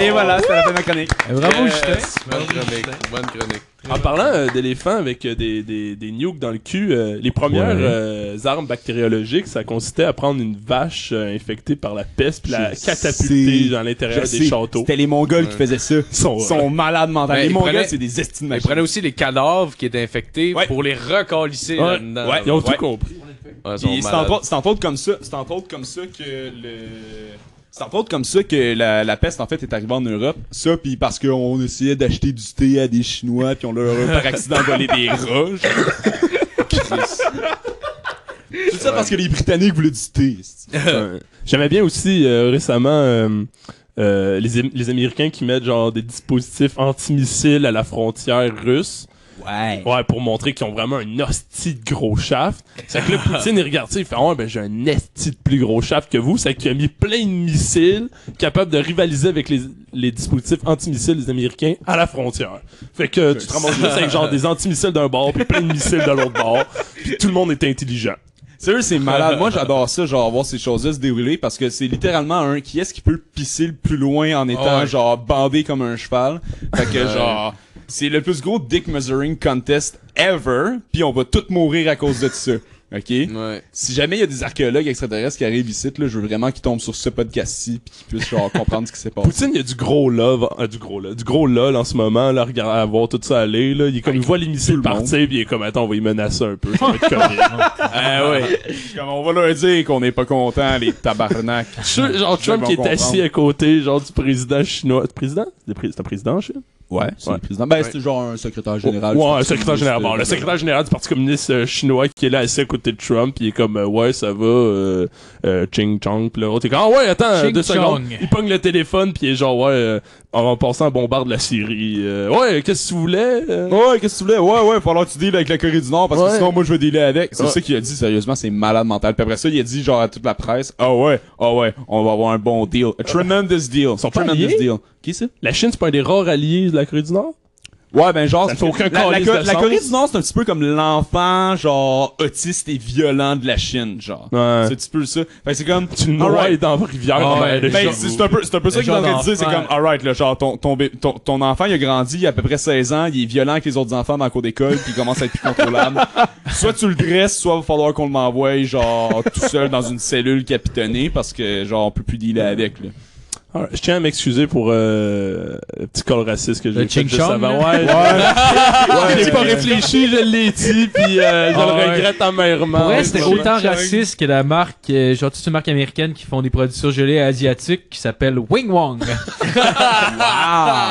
Et voilà, c'était la fin de ma chronique.
Eh, Bravo, Justin.
Euh, Bonne chronique. Bonne chronique.
En parlant euh, d'éléphants avec euh, des, des, des nukes dans le cul, euh, les premières
Ouais.
euh, armes bactériologiques, ça consistait à prendre une vache euh, infectée par la peste puis la
Je
catapulter
sais.
dans l'intérieur
Je
des
sais,
châteaux.
C'était les Mongols qui faisaient ça. Ils
Son-
sont euh, malades mentales.
Ben,
les
ils
Mongols,
prenaient-
c'est des estis de
Ils
machines.
prenaient aussi les cadavres qui étaient infectés
Ouais.
pour les recalisser
Ouais,
là-dedans.
ouais, ils ont tout compris.
Ouais, ils sont
Puis c'est
malades.
entre, autres- c'est entre autres comme ça, c'est entre autres comme ça que le c'est entre autres comme ça que la, la peste en fait est arrivée en Europe. Ça puis parce qu'on essayait d'acheter du thé à des Chinois puis on leur a par accident volé des
<laughs>
roches. C'est ça parce que les Britanniques voulaient du thé.
Ouais. <laughs> J'aimais bien aussi euh, récemment euh, euh, les, Am- les Américains qui mettent genre des dispositifs antimissiles à la frontière russe.
Ouais.
Ouais, pour montrer qu'ils ont vraiment un hostie de gros shaft. C'est
<laughs>
que là, Poutine, il regarde ça, il fait Ah ouais, ben j'ai un hostie de plus gros shaft que vous. C'est qu'il a mis plein de missiles capables de rivaliser avec les, les dispositifs antimissiles des Américains à la frontière. Fait que tu te ramasses juste avec genre des antimissiles d'un bord, puis plein de missiles de l'autre bord. Puis tout le monde est intelligent.
Sérieux, c'est
<laughs>
malade. Moi, j'adore ça, genre, voir ces choses-là se dérouler parce que c'est littéralement un qui est-ce qui peut pisser le plus loin en étant,
Ouais.
genre, bandé comme un cheval. Fait que, genre, c'est le plus gros dick measuring contest ever, puis on va tous mourir à cause de ça. OK?
Ouais.
Si jamais il y a des archéologues extraterrestres qui arrivent ici, là, je veux vraiment qu'ils tombent sur ce podcast-ci puis qu'ils puissent, genre, comprendre ce qui
<laughs>
s'est passé.
Poutine, il y a du gros love, euh, du gros love, du gros lol en ce moment, là, regarde, à voir tout ça aller, là. Il est comme, il voit les missiles
le monde.
partir, puis il est comme, attends, on va y menacer un peu, ça va être correct.
Ah ouais. Comme on va leur dire qu'on n'est pas content, les tabarnak.
Tru- genre,
Je vais
Trump qui est
comprendre.
assis à côté, genre, du président chinois. Président? C'est pré- c'est un président en Chine?
Ouais, c'est
Ouais.
le président. Ben, c'est genre un secrétaire général.
ouais,
du
un
Parti
secrétaire général. Bon,
communiste,
le secrétaire général du Parti communiste euh, chinois qui est là assis à côté de Trump, il est comme euh, ouais, ça va euh, euh, Ching Chong, puis là, l'autre est comme ah ouais, attends, euh,
Ching
deux secondes.
Chong.
Il pogne le téléphone puis il est genre ouais, euh, en passant bombarde la Syrie. Euh, ouais, qu'est-ce que tu voulais euh?
Ouais, qu'est-ce que tu voulais? Ouais, ouais, falloir que tu deals avec la Corée du Nord parce
Ouais.
que sinon, moi, je veux dealer avec. C'est
Ouais.
ça qu'il a dit, sérieusement, c'est malade mental. Puis après ça, il a dit, genre, à toute la presse, ah ouais, ah ouais, on va avoir un bon deal. A tremendous deal.
sont pas
tremendous
alliés?
deal. Qui c'est?
La Chine, c'est pas un des rares alliés de la Corée du Nord
Ouais, ben, genre,
Ça fait aucun
la, la,
calice
Co-
de
la
sens.
Corée du Nord, c'est un petit peu comme l'enfant, genre, autiste et violent de la Chine, genre.
Ouais.
C'est un petit peu ça. Fait que c'est comme,
Tu le noies
Alright.
dans la rivière.
Ah
dans
ouais,
la- le
Ben,
genre-
c'est c'est un peu, c'est un peu ça
le
qu'il est en train de dire, c'est
genre
comme,
d'enfant.
alright, là, genre, ton, ton, bé- ton, ton enfant, il a grandi, il a à peu près 16 ans, il est violent avec les autres enfants dans la cour d'école, puis il commence à être plus <laughs> contrôlable. soit tu le dresses, soit il va falloir qu'on l'envoie, genre, tout seul dans une cellule capitonnée, parce que, genre, on peut plus dealer avec, là.
Alright, Ah, je tiens à m'excuser pour euh, le petit col raciste que j'ai
Le
fait
Ching
juste
Chong,
avant.
là?
Ouais, <laughs> j'ai pas réfléchi, je l'ai dit, puis euh, <laughs> je
Ah
le
ouais.
regrette amèrement.
Pour vrai, c'était
Ouais.
autant raciste que la marque, euh, genre, toute une marque américaine qui font des produits surgelés asiatiques qui s'appelle Wing <laughs> Wong.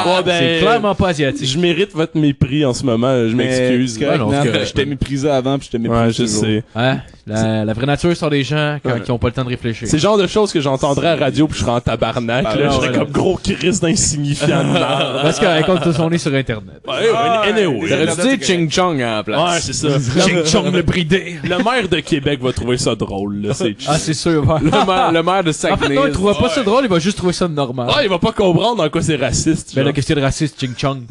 Ouais, ben,
C'est clairement pas asiatique.
Je mérite votre mépris en ce moment, je m'excuse.
Mais c'est correct,
Ouais, non,
man,
c'est correct.
Je t'ai méprisé avant, puis je t'ai méprisé.
Ouais, je
toujours.
sais.
Hein? La, la vraie nature sort des gens quand
Ouais.
ils ont pas le temps de réfléchir.
C'est le genre de choses que j'entendrais à la radio puis je serais en tabarnak.
Ah,
là,
ouais,
je serais
ouais,
comme
ouais.
gros Chris d'insignifiant de merde.
Parce qu'elle compte tout son nez sur Internet.
<laughs> Ouais, ouais, anyway.
T'aurais dû dire Ching Chong à la place.
Ouais, c'est ça. Le,
le bridé.
le maire de Québec va trouver ça drôle, là, c'est
Ah, c'est sûr. ouais.
Le maire, le maire de
En fait,
Saguenay.
non, il trouvera pas ça drôle, il va juste trouver ça normal.
Ah, il va pas comprendre en quoi c'est raciste.
Mais
genre.
la question de raciste, Ching Chong.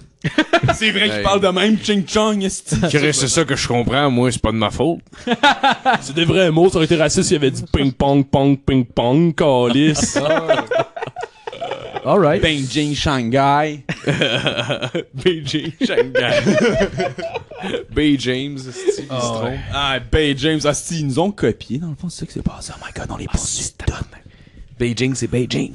C'est vrai
Hey.
qu'il parle de même, ching chong, esti.
<laughs> Chris, c'est ça que je comprends, moi, c'est pas de ma faute.
C'est des vrais mots, ça aurait été raciste s'il avait dit ping-pong, pong, ping-pong,
<laughs>
calice.
Alright.
<laughs> Beijing, Shanghai.
BJ Shanghai. B. James, c'est
Ah, Bay James, esti, ils nous ont copié, dans le fond, c'est ça qui s'est passé. Oh my god, on les poursuit.
Beijing, c'est Bay James,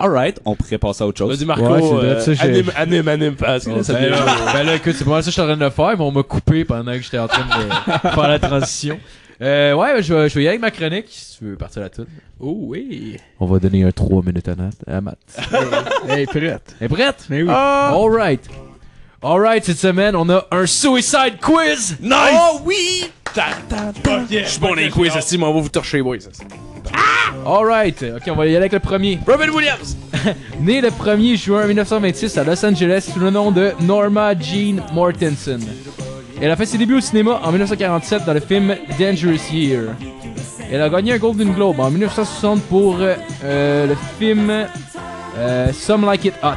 Alright, on pourrait passer à autre chose.
Vas-y, Marco,
Ouais, c'est vrai,
euh,
ça, j'ai-
anime, anime, anime, ah, parce que là, ça
Ben
devient-
là, ben là, écoute, c'est pas mal ça que je suis en train de le faire, mais on m'a coupé pendant que j'étais en train
<laughs>
de faire la transition. Euh, ouais, je vais, je vais y aller avec ma chronique, si tu veux partir là-dessus.
Oh oui.
On va donner un 3 minutes à, Nat, à Matt.
Hey, prête.
T'es prête? Ah!
Mais oui.
Alright. Alright, cette semaine, on a un suicide quiz!
Nice! Oh oui! Je suis bon dans les quiz, esti, mais on va vous torcher, boys. esti.
Alright, ok, on va y aller avec le premier.
Robin Williams!
<laughs> Né le 1er juin 1926 à Los Angeles sous le nom de Norma Jean Mortensen. Elle a fait ses débuts au cinéma en 1947 dans le film Dangerous Year. Elle a gagné un Golden Globe en 1960 pour euh, euh, le film euh, Some Like It Hot.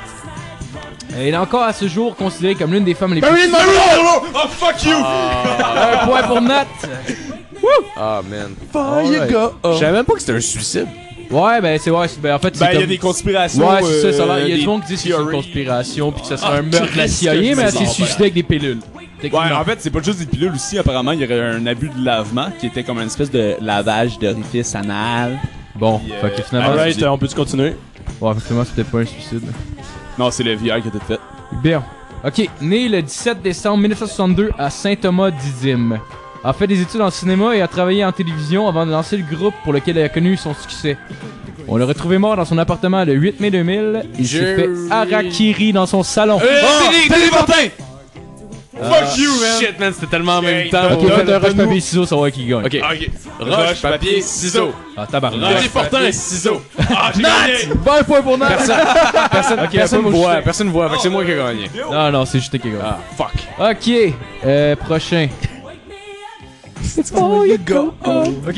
Elle est encore à ce jour considérée comme l'une des femmes les plus...
Oh, fuck you!
Un point pour Nat!
Ah, man.
Alright.
Je savais même pas que c'était un suicide.
Ouais, ben c'est ouais, c'est- ben, en fait c'est
Ben, il y a
comme-
des conspirations.
Ouais, c'est ça, ça a l'air-
euh,
Il y a
des
du monde qui dit que c'est une
theories.
conspiration, puis que ça serait
Ah,
un meurtre de la
Christ,
CIA,
que je
mais elle
dis
s'est
ça,
suicidée avec des pilules.
Ouais,
Techniquement.
en fait, c'est pas juste des pilules aussi. Apparemment, il y aurait un abus de lavement qui était comme une espèce de lavage d'orifice anal.
Bon,
Puis,
fait que
euh,
finalement,
Alright, euh, on peut-tu continuer?
ouais, finalement c'était pas un suicide.
Non, c'est le VR qui était fait.
Bien. Ok, né le 17 décembre 1962 à Saint-Thomas-d'Idyme. A fait des études en cinéma et a travaillé en télévision avant de lancer le groupe pour lequel elle a connu son succès. On l'a retrouvé mort dans son appartement le 8 mai 2000. Il s'est fait
Jerry.
harakiri dans son salon.
Euh,
Eh!
Fuck you, man! Ah, Shit, man, c'était tellement en même temps.
Ok, faites un rush papier ciseaux, ça va qui gagne.
Ok. Roche, papier, ciseaux.
Ah, tabarnak.
Roche, papier, ciseaux. Ah,
Bon point pour Nat!
<laughs>
Personne, personne
moi, je
voit,
sais.
personne voit, fait que c'est moi qui ai gagné.
Non, non, c'est juste qui gagne.
Ah, fuck.
Ok, euh, prochain. Ok.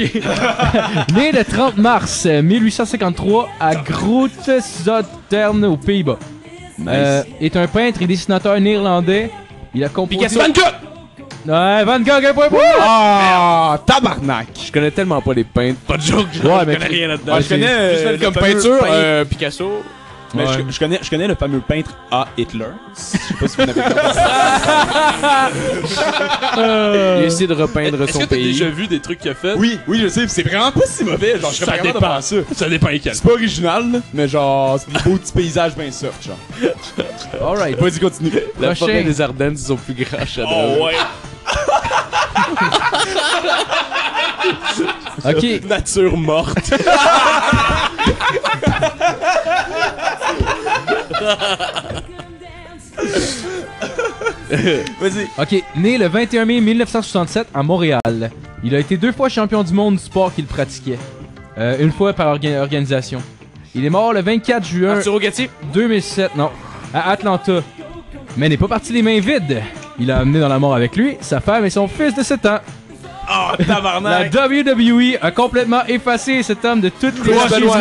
<laughs> né le 30 mars euh, 1853 à Groot Southern aux Pays-Bas. Euh, est un peintre et dessinateur néerlandais. Il a composé.
Picasso. Van Gogh!
Ouais, Van Gogh, un point pour moi.
Ah, tabarnak!
Je connais tellement pas les peintres. Pas de joke, je
Ouais, mais
connais rien là-dedans.
Ouais, je connais euh,
Juste
le
comme
fameux
peinture,
peintre-
euh, Picasso.
mais je, je connais, je connais le fameux peintre A. Hitler. Je sais pas si vous n'avez pas
Euh,
Il a essayé de repeindre
Est-ce que
son
t'as
pays.
déjà vu des trucs qu'il a fait?
<laughs> Oui, oui, je sais, pis c'est vraiment pas si mauvais. Genre, je serais
Ça
pas capable de
dépend.
faire ça.
Ça dépend lesquels.
C'est pas original, là, mais genre, c'est des beaux petits paysages bien soft, genre.
Alright.
Vas-y, continue. <laughs>
La
Prochain.
forêt des Ardennes, ils ont plus grand chef-d'œuvre.
ouais!
Ok.
Nature morte.
Vas-y.
Ok, né le 21 mai 1967 à Montréal. Il a été deux fois champion du monde du sport qu'il pratiquait. Euh, une fois par orga- organisation. Il est mort le 24 juin
Arturo Gatti.
2007, non, à Atlanta. Mais n'est pas parti les mains vides. Il a amené dans la mort avec lui sa femme et son fils de 7 ans.
Ah,
La WWE a complètement effacé cet homme de toutes les
Chris Benoit.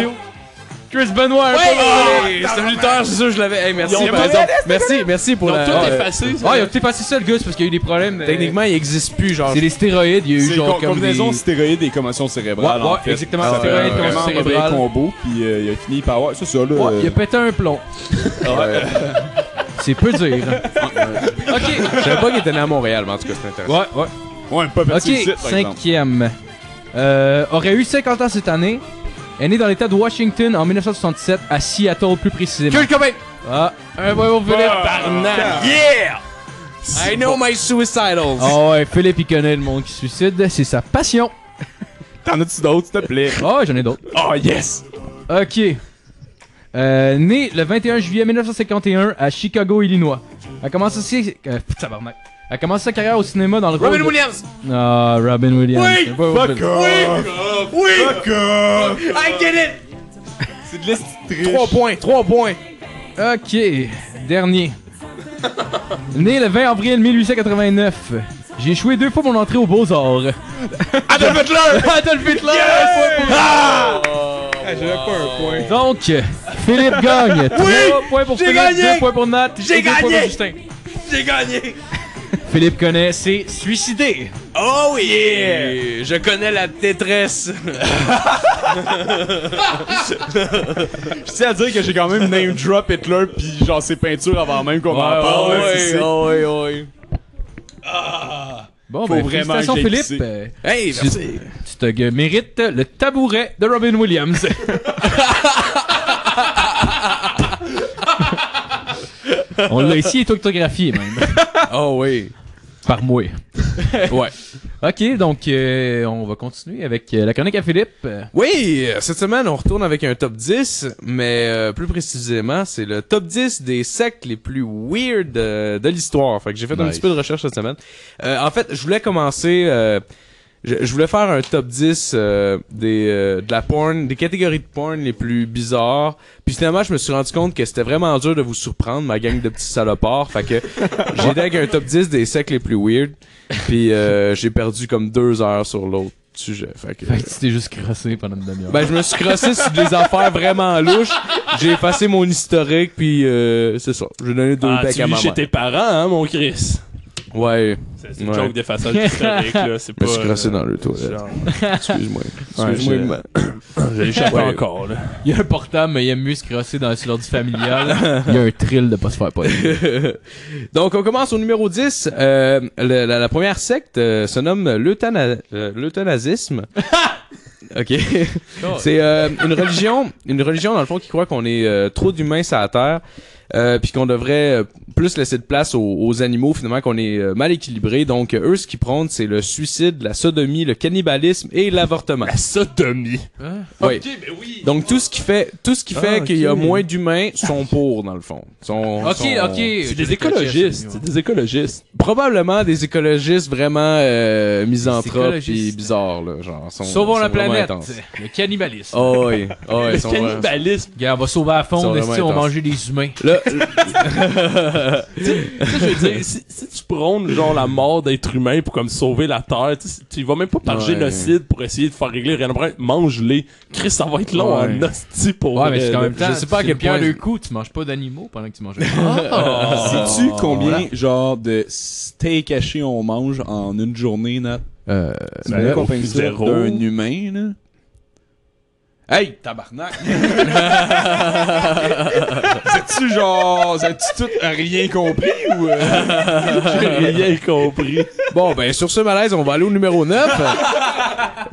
Chris Benoit. un
Ah,
peu-
Ah,
Hey, C'est un lutteur, c'est sûr, je l'avais. Hey, merci.
Ils ont
par
pas-
exemple. Merci, merci pour
Ils ont
la.
tout
euh,
effacé.
Ah, il a effacé ça le gars, c'est parce qu'il y a eu des problèmes. euh,
Techniquement, il existe plus, genre.
c'est les stéroïdes, il y a eu
Ah, C'est
genre
con-
comme des...
combinaison stéroïde et commotion cérébrale.
Ouais,
en
ouais,
fait.
exactement,
Ça fait
stéroïde,
un
commotion
vraiment mauvais
cérébrale.
combo, puis euh, il a fini par. Ouais, c'est ça, là.
Ouais,
euh,
il a pété un plomb.
Ah
C'est peu hein. dire. ok.
Je savais pas qu'il était né à Montréal, mais en tout cas, c'est intéressant.
Ouais, ouais.
Ouais, pas
Ok,
parti ici, par exemple.
cinquième. Euh, aurait eu 50 ans cette année. Est né dans l'État de Washington en 1967 à Seattle plus précisément.
Kurt Cobain!
Ah, un point pour Philippe.
Barnac. Yeah! I know my suicidals.
Ah ouais, Philippe il connaît le monde qui se suicide, c'est sa passion.
T'en as-tu d'autres, s'il te plaît?
Ah ouais, j'en ai d'autres.
Oh, yes!
Ok. Euh, né le 21 juillet 1951 à Chicago, Illinois. A commencé, aussi- euh, tabarnak. a commencé sa carrière au cinéma dans le rôle
Robin
de-
Williams!
Ah, Robin Williams.
Oui,
Un point pour Philippe.
I get it!
C'est de l'est triste.
3 points, 3 points.
Ok, dernier. Né le 20 avril 1889. J'ai échoué deux fois mon entrée aux Beaux-Arts.
Adolf Hitler!
<laughs>
Ah!
Adolf Hitler!
Ah, J'avais pas un point.
Donc, Philippe gagne. Trois points pour
j'ai
Philippe,
gagné.
deux points pour Nat.
J'ai
et deux points pour
gagné.
Justin.
J'ai gagné!
Philippe connaît, c'est suicidé.
Oh yeah! Je connais la détresse.
Je tiens à dire que j'ai quand même name drop Hitler pis genre ses peintures avant même qu'on en parle. là, tu sais.
oh oui, oh oui.
Bon,
Faut
ben,
vraiment
félicitations,
que j'aille pisser.
Philippe. Euh,
Hey,
tu, tu te gue- mérites le tabouret de Robin <laughs> Williams. On l'a ici autographié, même.
<laughs> Oh oui.
Par moi.
Ouais.
Ok, donc euh, on va continuer avec euh, la chronique à Philippe. Euh,
Oui, euh, cette semaine, on retourne avec un top 10, mais euh, plus précisément, c'est le top 10 des sectes les plus weird euh, de l'histoire. Fait que j'ai fait un
Nice.
petit peu de recherche cette semaine. Euh, en fait, je voulais commencer... euh, je, je voulais faire un top 10 euh, des, euh, de la porn, des catégories de porn les plus bizarres. Puis finalement, je me suis rendu compte que c'était vraiment dur de vous surprendre, ma gang de petits salopards.
<laughs>
Fait que j'ai été avec un top 10 des sectes les plus weird. Puis euh, j'ai perdu comme deux heures sur l'autre sujet. Fait que...
Fait que ben, tu t'es juste crossé pendant une demi-heure.
Ben, je me suis crossé sur des affaires vraiment louches. J'ai effacé mon historique, puis euh, c'est ça. J'ai donné deux
Ah,
becs
tu
à
vis
ma
chez
mère.
tes parents, hein, mon Chris?
Ouais,
C'est une
Ouais.
joke d'effaçage historique, là. C'est
je
pas.
me suis crossé
euh,
dans le toilette.
genre.
Excuse-moi.
Excuse-moi,
Excuse-moi.
J'ai échappé
<laughs> Ouais.
encore, là.
Il y a un portable, mais il aime mieux se crosser dans, sur l'ordi familial. <laughs> Il y a un thrill de pas se faire pas.
<laughs> Donc, on commence au numéro 10. Euh, le- la, la première secte euh, se nomme l'euthana- euh, l'euthanasisme. OK. C'est euh, une religion, une religion dans le fond qui croit qu'on est euh, trop d'humains sur la terre, euh, puis qu'on devrait euh, plus laisser de place aux, aux animaux finalement qu'on est euh, mal équilibré. Donc euh, eux ce qu'ils prônent c'est le suicide, la sodomie, le cannibalisme et l'avortement. Hein?
La sodomie.
Oui. Donc tout ce qui fait tout ce qui fait qu'il y a moins d'humains sont pour dans le fond. Sont,
Ok,
sont-
ok.
C'est des écologistes. C'est des écologistes.
probablement des écologistes vraiment euh, misanthropes
écologistes.
et bizarres là, genre sont-
Sauvons
sont
la
vraiment
planète.
intenses.
Le cannibalisme.
Oh oui, oh oui,
Le
ils sont vraiment-
cannibalisme.
Gars, on va sauver à
Ils
fond,
sont
esti,
vraiment
on va
intenses.
manger des humains.
Le,
Tu sais, je veux dire, si, si tu prônes genre la mort d'être humain pour comme sauver la Terre, tu sais, tu vas même pas par
Ouais.
génocide pour essayer de faire régler rien après, mange-les. Chris, ça va être long
Ouais.
en hostie pour
Ouais,
vrai,
mais c'est quand
là.
même temps.
je sais pas à
tu
quel
pierres
point-
le coup, tu manges pas d'animaux pendant que tu manges.
Sais-tu combien, genre, de steak haché on mange en une journée, Nat?
Euh,
Tu veux qu'on fasse ça
zéro.
d'un humain, là? Hey, tabarnak! C'est-tu genre. C'est-tu tout rien compris ou. euh,
J'ai <laughs> rien compris.
Bon, ben sur ce malaise, on va aller au numéro 9.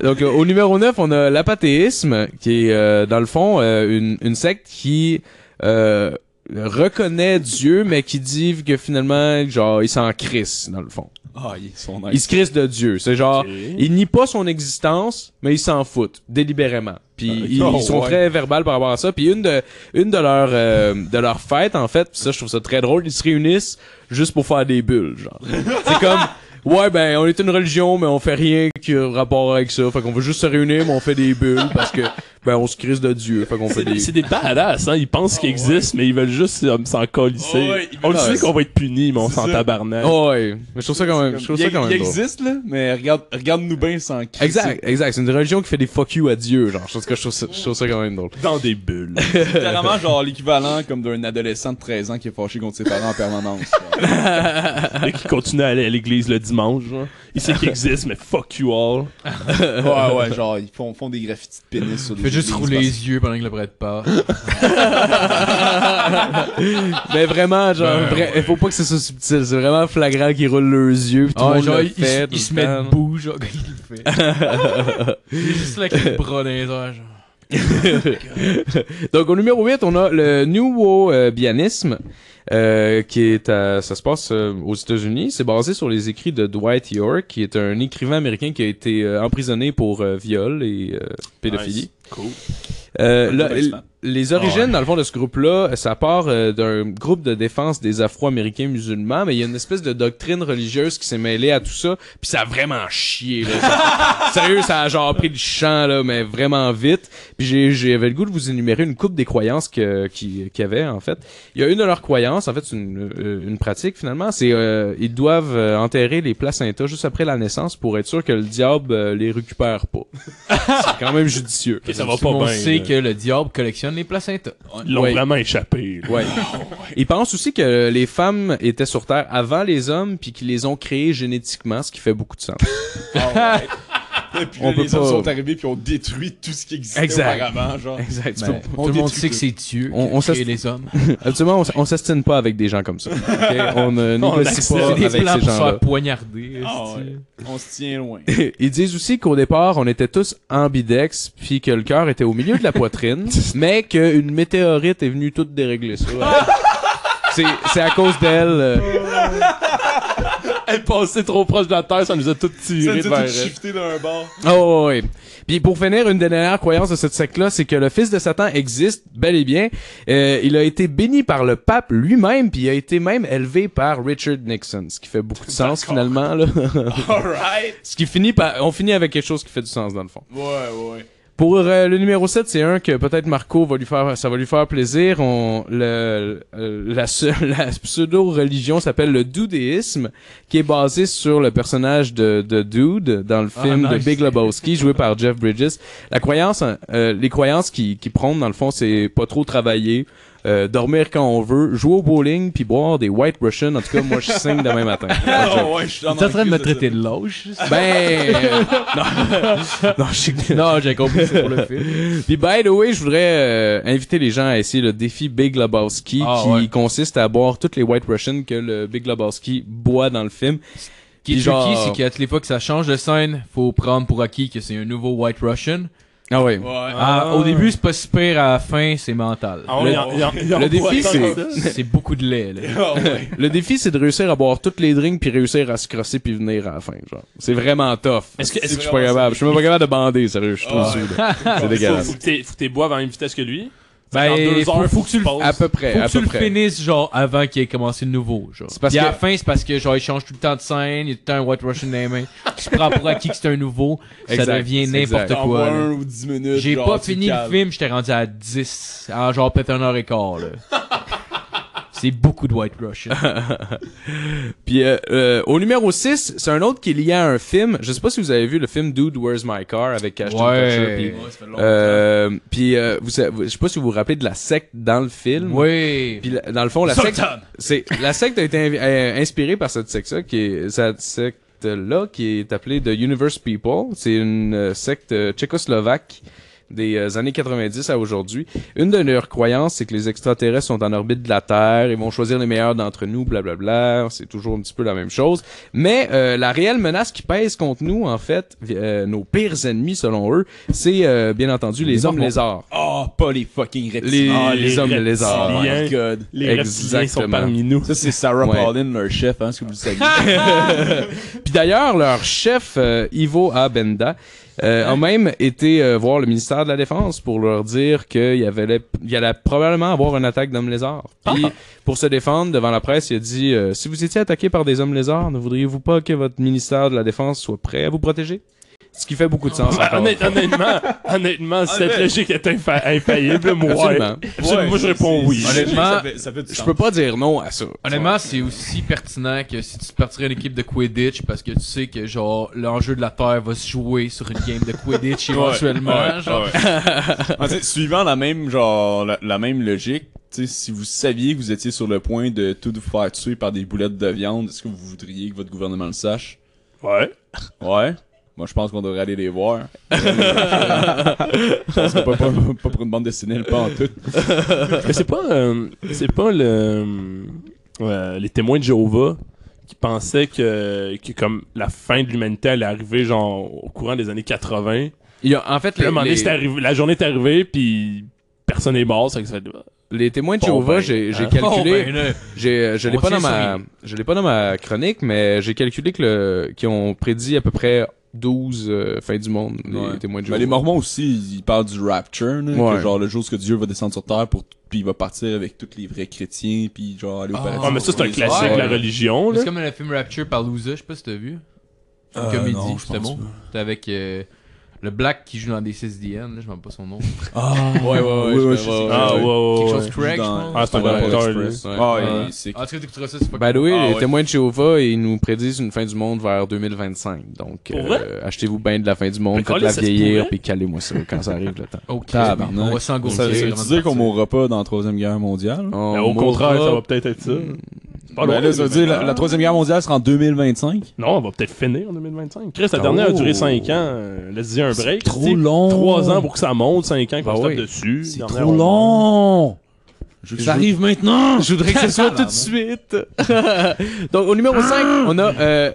Donc euh, au numéro 9, on a l'apathéisme, qui est euh, dans le fond euh, une, une secte qui euh, reconnaît Dieu, mais qui dit que finalement, genre, il s'en crisse, dans le fond.
Ah, ils sont
Il
nice.
se crisse de Dieu. C'est genre, il nie pas son existence, mais ils s'en foutent, délibérément. Puis ils,
oh,
ils sont
ouais.
très verbales par rapport à ça. Puis une de, une de leurs euh, de leurs fêtes, en fait, puis ça, je trouve ça très drôle, ils se réunissent juste pour faire des bulles, genre. C'est comme... Ouais, ben, on est une religion, mais on fait rien qui a rapport avec ça. Fait qu'on veut juste se réunir, mais on fait des bulles parce que, ben, on se crisse de Dieu. Fait qu'on fait des...
C'est c'est des badass, hein. Ils pensent qu'ils existent, mais ils veulent juste euh, s'en colisser.
Oh, ouais, ils
on le
veulent-
sait qu'on va être punis, mais on
C'est
s'en
ça.
tabarnak.
Oh, ouais. Mais je trouve ça quand même, je trouve
Il,
ça quand
il
même drôle.
existe, là, mais regarde, regarde-nous bien sans crisser.
Exact, exact. C'est une religion qui fait des fuck you à Dieu, genre. Je trouve, que je trouve ça, je trouve ça quand même drôle.
Dans des <laughs> bulles.
C'est vraiment genre l'équivalent comme d'un adolescent de 13 ans qui est fâché contre ses parents en permanence. genre.
Et qui continue à aller à l'église le dimanche, genre. Il sait qu'ils existent, mais fuck you all.
ouais, ouais, genre, ils font, font des graffitis de pénis sur des
Fais juste
églises
rouler
parce-
les yeux pendant que le prêtre part.
Mais Ben, vraiment,
Ben,
genre, vra- faut pas que c'est ça subtil. C'est vraiment flagrant qu'ils roulent leurs yeux. Pis tout le
Ah,
monde
genre,
le
il,
fait
il
tout
se
le
met
temps.
debout, genre, quand il le fait. il est juste là avec le bras dans les airs, genre.
Donc, au numéro 8, on a le nouveau euh, bianisme, euh, qui est à- ça se passe euh, aux États-Unis. C'est basé sur les écrits de Dwight York, qui est un écrivain américain qui a été euh, emprisonné pour euh, viol et euh, pédophilie.
Cool.
Euh, le-
Nice, man.
les origines, dans le fond, de ce groupe-là, ça part euh, d'un groupe de défense des Afro-Américains musulmans, mais il y a une espèce de doctrine religieuse qui s'est mêlée à tout ça, puis ça a vraiment chié. Là, Ça- <laughs> sérieux, ça a genre pris du champ, là, mais vraiment vite. Puis j'ai- j'avais le goût de vous énumérer une coupe des croyances que- qui- qu'il y avait, en fait. Il y a une de leurs croyances, en fait, c'est une, euh, une pratique, finalement, c'est euh, ils doivent euh, enterrer les placentas juste après la naissance pour être sûr que le diable euh, les récupère pas. <laughs> c'est quand même judicieux.
Et ça va
Tout le
pas
monde
bien.
sait
là.
que le diable collectionne les placentas.
Ils l'ont
Ouais.
vraiment échappé. là.
Ouais. <laughs> Ils pensent aussi que les femmes étaient sur Terre avant les hommes, puis qu'ils les ont créés génétiquement, ce qui fait beaucoup
<laughs>
de sens.
Ah, Et puis
On
là,
peut
les hommes
pas-
sont arrivés puis ont détruit tout ce qui existait
Exact.
auparavant, genre.
Exact. Tu
Ben,
peux-
on
tout le monde
détruit
sait que
tout.
c'est Dieu
On-
qui
on
a créé
s'est-
les hommes.
Habituellement, Ben, on s- on s'astine pas avec des gens comme ça.
<laughs>
ok? On ne
On
négocie pas
accepte
avec
des plans pour
ces
se
gens-là. <laughs>
faire poignarder.
Ah,
esti.
ouais. On se tient loin.
Ils disent aussi qu'au départ, on était tous ambidex, puis que le cœur était au milieu de
<laughs>
la poitrine, mais qu'une météorite est venue toute dérégler ça. C'est c'est à cause d'elle. euh,
Elle passait trop proche de la terre, ça nous a tout
Ça
tiré
nous a
vers
tout
elle.
shifté d'un bord.
Oh oui. Puis pour finir, une des dernières croyances de cette secte-là, c'est que le fils de Satan existe bel et bien. Euh, il a été béni par le pape lui-même, puis il a été même élevé par Richard Nixon, ce qui fait beaucoup de sens finalement.
<laughs>
Là.
Alright.
ce qui finit par, on finit avec quelque chose qui fait du sens dans le fond.
Ouais, ouais.
Pour euh, le numéro 7, c'est un que peut-être Marco va lui faire, ça va lui faire plaisir. On, le, euh, la, se- <laughs> la pseudo-religion s'appelle le doudéisme, qui est basé sur le personnage de, de Dude dans le film de Big Lebowski, joué par Jeff Bridges. La croyance, hein, euh, les croyances qui, qui prônent dans le fond, c'est pas trop travailler, euh, dormir quand on veut, jouer au bowling, puis boire des White Russian. En tout cas, moi, je signe demain matin.
Oh, ouais, je suis en
T'es en train de me
train
traiter de lâche? ça?
Ben, euh, non, non, je sais que-
non, j'ai compris, c'est pour le film.
Puis by the way, je voudrais euh, inviter les gens à essayer le défi Big Lebowski
Ah,
qui
ouais.
consiste à boire toutes les White Russian que le Big Lebowski boit dans le film.
Qui est
Puis genre-
tricky, c'est qu'à toutes les fois que ça change de scène, faut prendre pour acquis que c'est un nouveau White Russian.
Ah ouais.
Ah, Au début, c'est pas si pire, à la fin, c'est mental.
Ah, on y en- y en- y en
Le
voit
défi,
tant
c'est-
que ça.
<laughs> C'est beaucoup de lait,
<laughs>
là.
Le défi c'est de réussir à boire toutes les drinks puis réussir à se crosser puis venir à la fin, genre. C'est vraiment tough.
Est-ce que- est-ce
je suis pas capable, je suis même pas capable de bander, sérieux, je suis trop
Ah,
saoul.
Faut-
C'est dégueulasse.
Faut que t'es- faut que t'es boives à la même vitesse que lui.
Ben,
Dans deux
faut-
heures,
faut que tu le-
passes.
À peu près,
Ah. Faut
à
que tu
peu
le
près.
finisses, genre, avant qu'il ait commencé de nouveau, genre.
C'est parce
Puis à
que-
la fin, c'est parce que, genre, il change tout le temps de scène, il y a tout le temps un White Russian dans les mains. Tu se prends pour acquis que c'est un nouveau,
Exact,
ça devient
c'est
n'importe
exact.
quoi, là.
un ou 10 minutes.
J'ai
genre,
pas
tu
fini le
<laughs>
cales.
film, j'étais rendu à 10, en genre peut-être une heure et quart, là. C'est beaucoup de White Russian.
Puis euh, euh, au numéro 6, c'est un autre qui est lié à un film. Je sais pas si vous avez vu le film Dude, Where's My Car avec Ashton Kutcher. Puis, euh, puis euh, vous, savez- vous- je sais pas si vous vous rappelez de la secte dans le film.
oui.
Puis la- dans le fond, la secte, c'est la secte a été invi- euh, inspirée par cette secte-là qui est cette secte là qui est appelée The Universe People. C'est une euh, secte euh, tchécoslovaque des euh, années 90 à aujourd'hui. Une de leurs croyances, c'est que les extraterrestres sont en orbite de la Terre, ils vont choisir les meilleurs d'entre nous, blablabla. C'est toujours un petit peu la même chose. Mais euh, la réelle menace qui pèse contre nous, en fait, vi- euh, nos pires ennemis selon eux, c'est euh, bien entendu les, hommes lézards.
Oh,
Ah,
pas les fucking reptiles.
Les,
Ah,
les
les
hommes Oh lézards.
reptiliens.
ouais.
my
God.
Les reptiliens sont
Exactement.
parmi nous.
Ça, c'est Sarah
Ouais.
Paulin, leur chef, hein, ce que vous le saviez.
Ah!
Puis d'ailleurs, leur chef, euh, Ivo Abenda, euh, a même été euh, voir le ministère de la Défense pour leur dire qu'il y avait il allait probablement avoir une attaque d'hommes lézards. Puis, pour se défendre devant la presse, il a dit euh, Si vous étiez attaqué par des hommes lézards, ne voudriez-vous pas que votre ministère de la Défense soit prêt à vous protéger Ce qui fait beaucoup de sens.
Ben,
encore.
honnête- honnêtement, honnêtement, cette logique est infa- infaillible. Moi,
Absolument.
Absolument, moi je réponds oui.
Honnêtement,
ça fait, ça fait du
Je
sens.
peux pas dire non à ça.
Honnêtement, c'est aussi pertinent que si tu partirais une équipe de Quidditch parce que tu sais que genre l'enjeu de la Terre va se jouer sur une game de Quidditch éventuellement.
Ouais,
genre.
ouais. Ah, tu sais, suivant la même genre la, la même logique, tu sais, si vous saviez que vous étiez sur le point de tout vous faire tuer par des boulettes de viande, est-ce que vous voudriez que votre gouvernement le sache
Ouais.
Ouais. Moi, je pense qu'on devrait aller les
<laughs>
voir. je pense que pas, pas, pas pour une bande dessinée, le pas en tout.
Mais c'est pas, euh, c'est pas le, euh, les témoins de Jéhovah qui pensaient que, que comme la fin de l'humanité allait arriver genre au courant des années 80.
Il y a- en fait,
Puis là, à un moment
les,
donné, c'est
les-
arrivé- la journée est arrivée, puis personne n'est mort. Ça, fait que ça-
les témoins de
Bon,
Jéhovah,
ben,
j'ai j'ai
hein.
calculé.
Bon, ben, là,
J'ai, euh, je l'ai
On
pas
tient
dans ma,
sur
je l'ai pas dans ma chronique, mais j'ai calculé que le, qu'ils ont prédit à peu près 12 euh, fins du monde, les
Ouais.
témoins de
Mais
Ben,
Jéhovah.
les Mormons aussi, ils parlent du rapture, là,
Ouais.
que genre le jour où Dieu va descendre sur terre pour puis il va partir avec tous les vrais chrétiens puis genre aller au
Ah.
paradis.
Ah, mais ça, c'est un
Ouais.
classique de la religion. Là.
c'est comme dans le film Rapture par Louza, je sais pas si t'as vu. C'est une
Euh,
comédie,
non, je
c'était
pense
bon. C'était avec euh, le Black qui joue dans des 6DN, là, je m'en rappelle pas son nom.
Ah ouais ouais ouais.
ouais,
je
ouais,
sais
ouais,
c'est
Ah, ouais,
quoi.
ouais,
Quelque
ouais.
chose Craig, je
Dans-
pense.
Ah, c'est un
Ouais,
docteur,
Express,
lui.
ouais.
Ah,
Ouais.
il- c'est
En tout cas, t'écouteras ça, c'est pas
By the way,
Ah,
les
ouais.
témoins de Jéhovah, ils nous prédisent une fin du monde vers 2025. Donc,
Pour vrai?
euh, achetez-vous bien de la fin du monde,
Mais
faites-la
Colin, ça se
vieillir,
pourrait.
puis calez-moi ça quand ça arrive le temps.
Ok,
Tabarnak.
on va s'engourdir.
Ça veut
avant de
dire qu'on
partir.
mourra pas dans la Troisième Guerre mondiale?
On
Mais Ben, au
mourra-
contraire, ça va peut-être être ça. C'est pas
Ben
loin,
là, ça veut dire la,
2025.
la Troisième Guerre mondiale sera en 2025?
Non, on va peut-être finir en 2025. Chris, la dernière a
Oh.
duré 5 ans. Euh, Laisse dire un break.
long!
3 ans pour que ça monte, 5 ans qu'on
Bah
se tape
oui.
dessus.
C'est
Dernière,
trop
on-
long! Ça arrive maintenant!
Je voudrais que ce soit tout de suite. <laughs> Donc, au numéro 5, on a euh,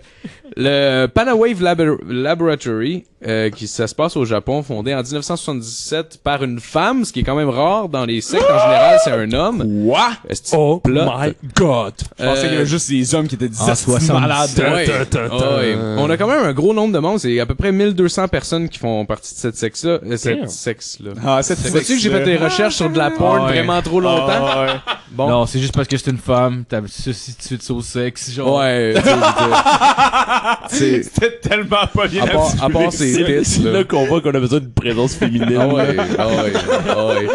le Panawave Labo- Laboratory, euh, qui ça se passe au Japon, fondé en 1977 par une femme, ce qui est quand même rare dans les sectes. En général, c'est un homme.
What?
Est-ce que-
Oh
plot?
my god!
Je pensais
Euh,
qu'il y avait juste les hommes qui étaient
Ah,
17 malades.
Ouais. Ah
Tum, tum, tum, tum.
Ouais. On a quand même un gros nombre de membres. C'est à peu près 1200 personnes qui font partie de cette sexe-là. euh,
Damn.
cette sexe-là.
Ah, cette
Sais-tu que j'ai fait des recherches sur de la porn
Ah ouais.
vraiment trop longtemps? Bon.
Non, c'est juste parce que c'est une femme, t'as ceci tout de suite sur le sexe, genre.
Ouais. tu sais, je veux dire. C'est-
C'était tellement pas bien
à part, à part ces
C'est
tits,
c'est
là.
là qu'on voit qu'on a besoin d'une présence féminine. <laughs>
Ah ouais, ah ouais, ah ouais.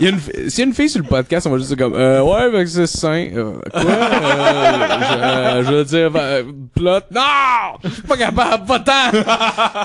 Il y a une fi- S'il y a une fille sur le podcast, on va juste dire comme euh, Ouais, avec ce sein. euh, quoi Euh, je, euh, je veux dire, euh, plot. Non Je suis pas capable, pas tant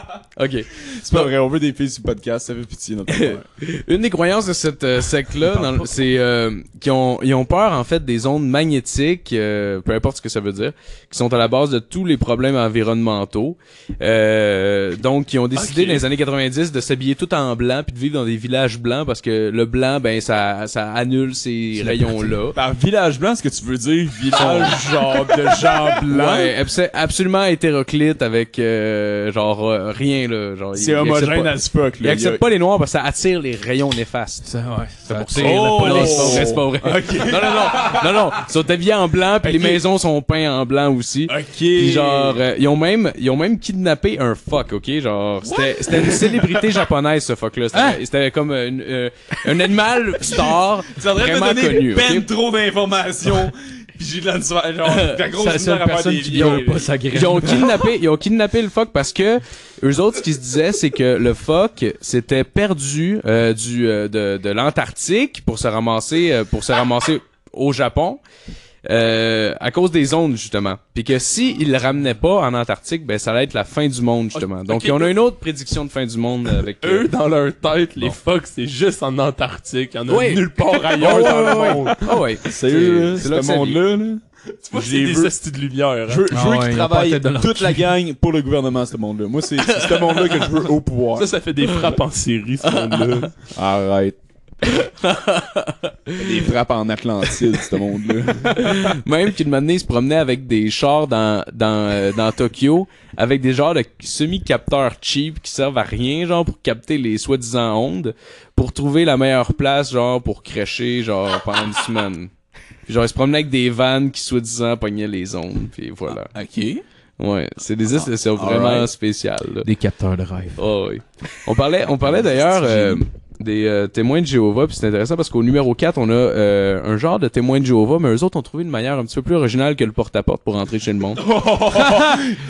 <laughs> Ok.
C'est pas vrai, on veut des filles sur le podcast, ça fait pitié notre affaire.
<laughs> Une des croyances de cette euh, secte-là, dans le- c'est euh, qu'ils ont, ils ont peur, en fait, des ondes magnétiques, euh, peu importe ce que ça veut dire, qui sont à la base de tous les problèmes environnementaux. Euh, donc, ils ont décidé,
Ok.
dans les années 90, de s'habiller tout en blanc puis de vivre dans des villages blancs parce que le blanc, ben, ça, ça annule ces rayons-là.
Par village blanc, ce que tu veux dire, village genre de gens blancs.
Ouais, abs- absolument hétéroclite avec, euh, genre, euh, rien, là. Genre, ils-
C'est
ils acceptent
homogène
pas-
as fuck,
Ils
là.
acceptent pas les noirs parce que ça attire les rayons néfastes.
Ça, ouais. C'est pour ça.
Oh!
Non, c'est pas vrai, c'est pas vrai.
<laughs>
Non, non, non, non, non. Ils sont habillés en blanc, puis
Ok.
les maisons sont peintes en blanc aussi.
Ok.
Puis genre, euh, ils ont même, ils ont même kidnappé un fuck, ok? Genre, c'était, c'était une célébrité japonaise, ce fuck-là.
Hein?
C'était, c'était comme une, euh, un animal
<laughs>
star
Tu voudrais
vraiment
me donner
connu, ok?
ben trop d'informations. Pis j'ai de la, genre, de la grosse misère à faire des
qui
vidéos.
veut pas Ils ont kidnappé, ils ont kidnappé le phoque parce que eux autres, ce qu'ils se disaient, c'est que le phoque s'était perdu euh, du euh, de, de l'Antarctique pour se ramasser euh, pour se ramasser au Japon euh, à cause des ondes, justement. Puis que s'ils le ramenaient pas en Antarctique, ben ça allait être la fin du monde, justement. Donc,
ok.
on a une autre prédiction de fin du monde avec euh,
Eux, dans leur tête, les phoques, c'est juste en Antarctique. Il y en a
Oui.
nulle
<laughs>
part ailleurs dans le monde.
Ah ouais. C'est
C'est le monde-là, là.
Tu vois,
Je
c'est
les
des
veux.
hosties de lumière. hein.
Je veux, je
Ah
veux
ouais,
qu'ils
ils ont pas la
travaillent
tête dans leur
toute la gang pour le gouvernement, ce monde-là. Moi, c'est c'est ce monde-là que je veux au pouvoir.
Ça, ça fait des frappes en série, ce monde-là.
Arrête. Des frappes en Atlantide, ce monde-là.
Même qu'une matinée, ils se promenaient avec des chars dans, dans, euh, dans Tokyo, avec des genres de semi-capteurs cheap qui servent à rien, genre, pour capter les soi-disant ondes, pour trouver la meilleure place, genre, pour crècher, genre, pendant une semaine. Puis genre, ils se promenaient avec des vannes qui, soi-disant, pognaient les ondes, puis voilà.
OK.
Ouais, c'est des c'est vraiment spécial, là.
Ah. Des capteurs de rêve. Ah,
Oh, oui. On parlait, on parlait d'ailleurs euh, des euh, témoins de Jéhovah, puis c'est intéressant parce qu'au numéro 4, on a euh, un genre de témoins de Jéhovah, mais eux autres ont trouvé une manière un petit peu plus originale que le porte-à-porte pour entrer chez le monde.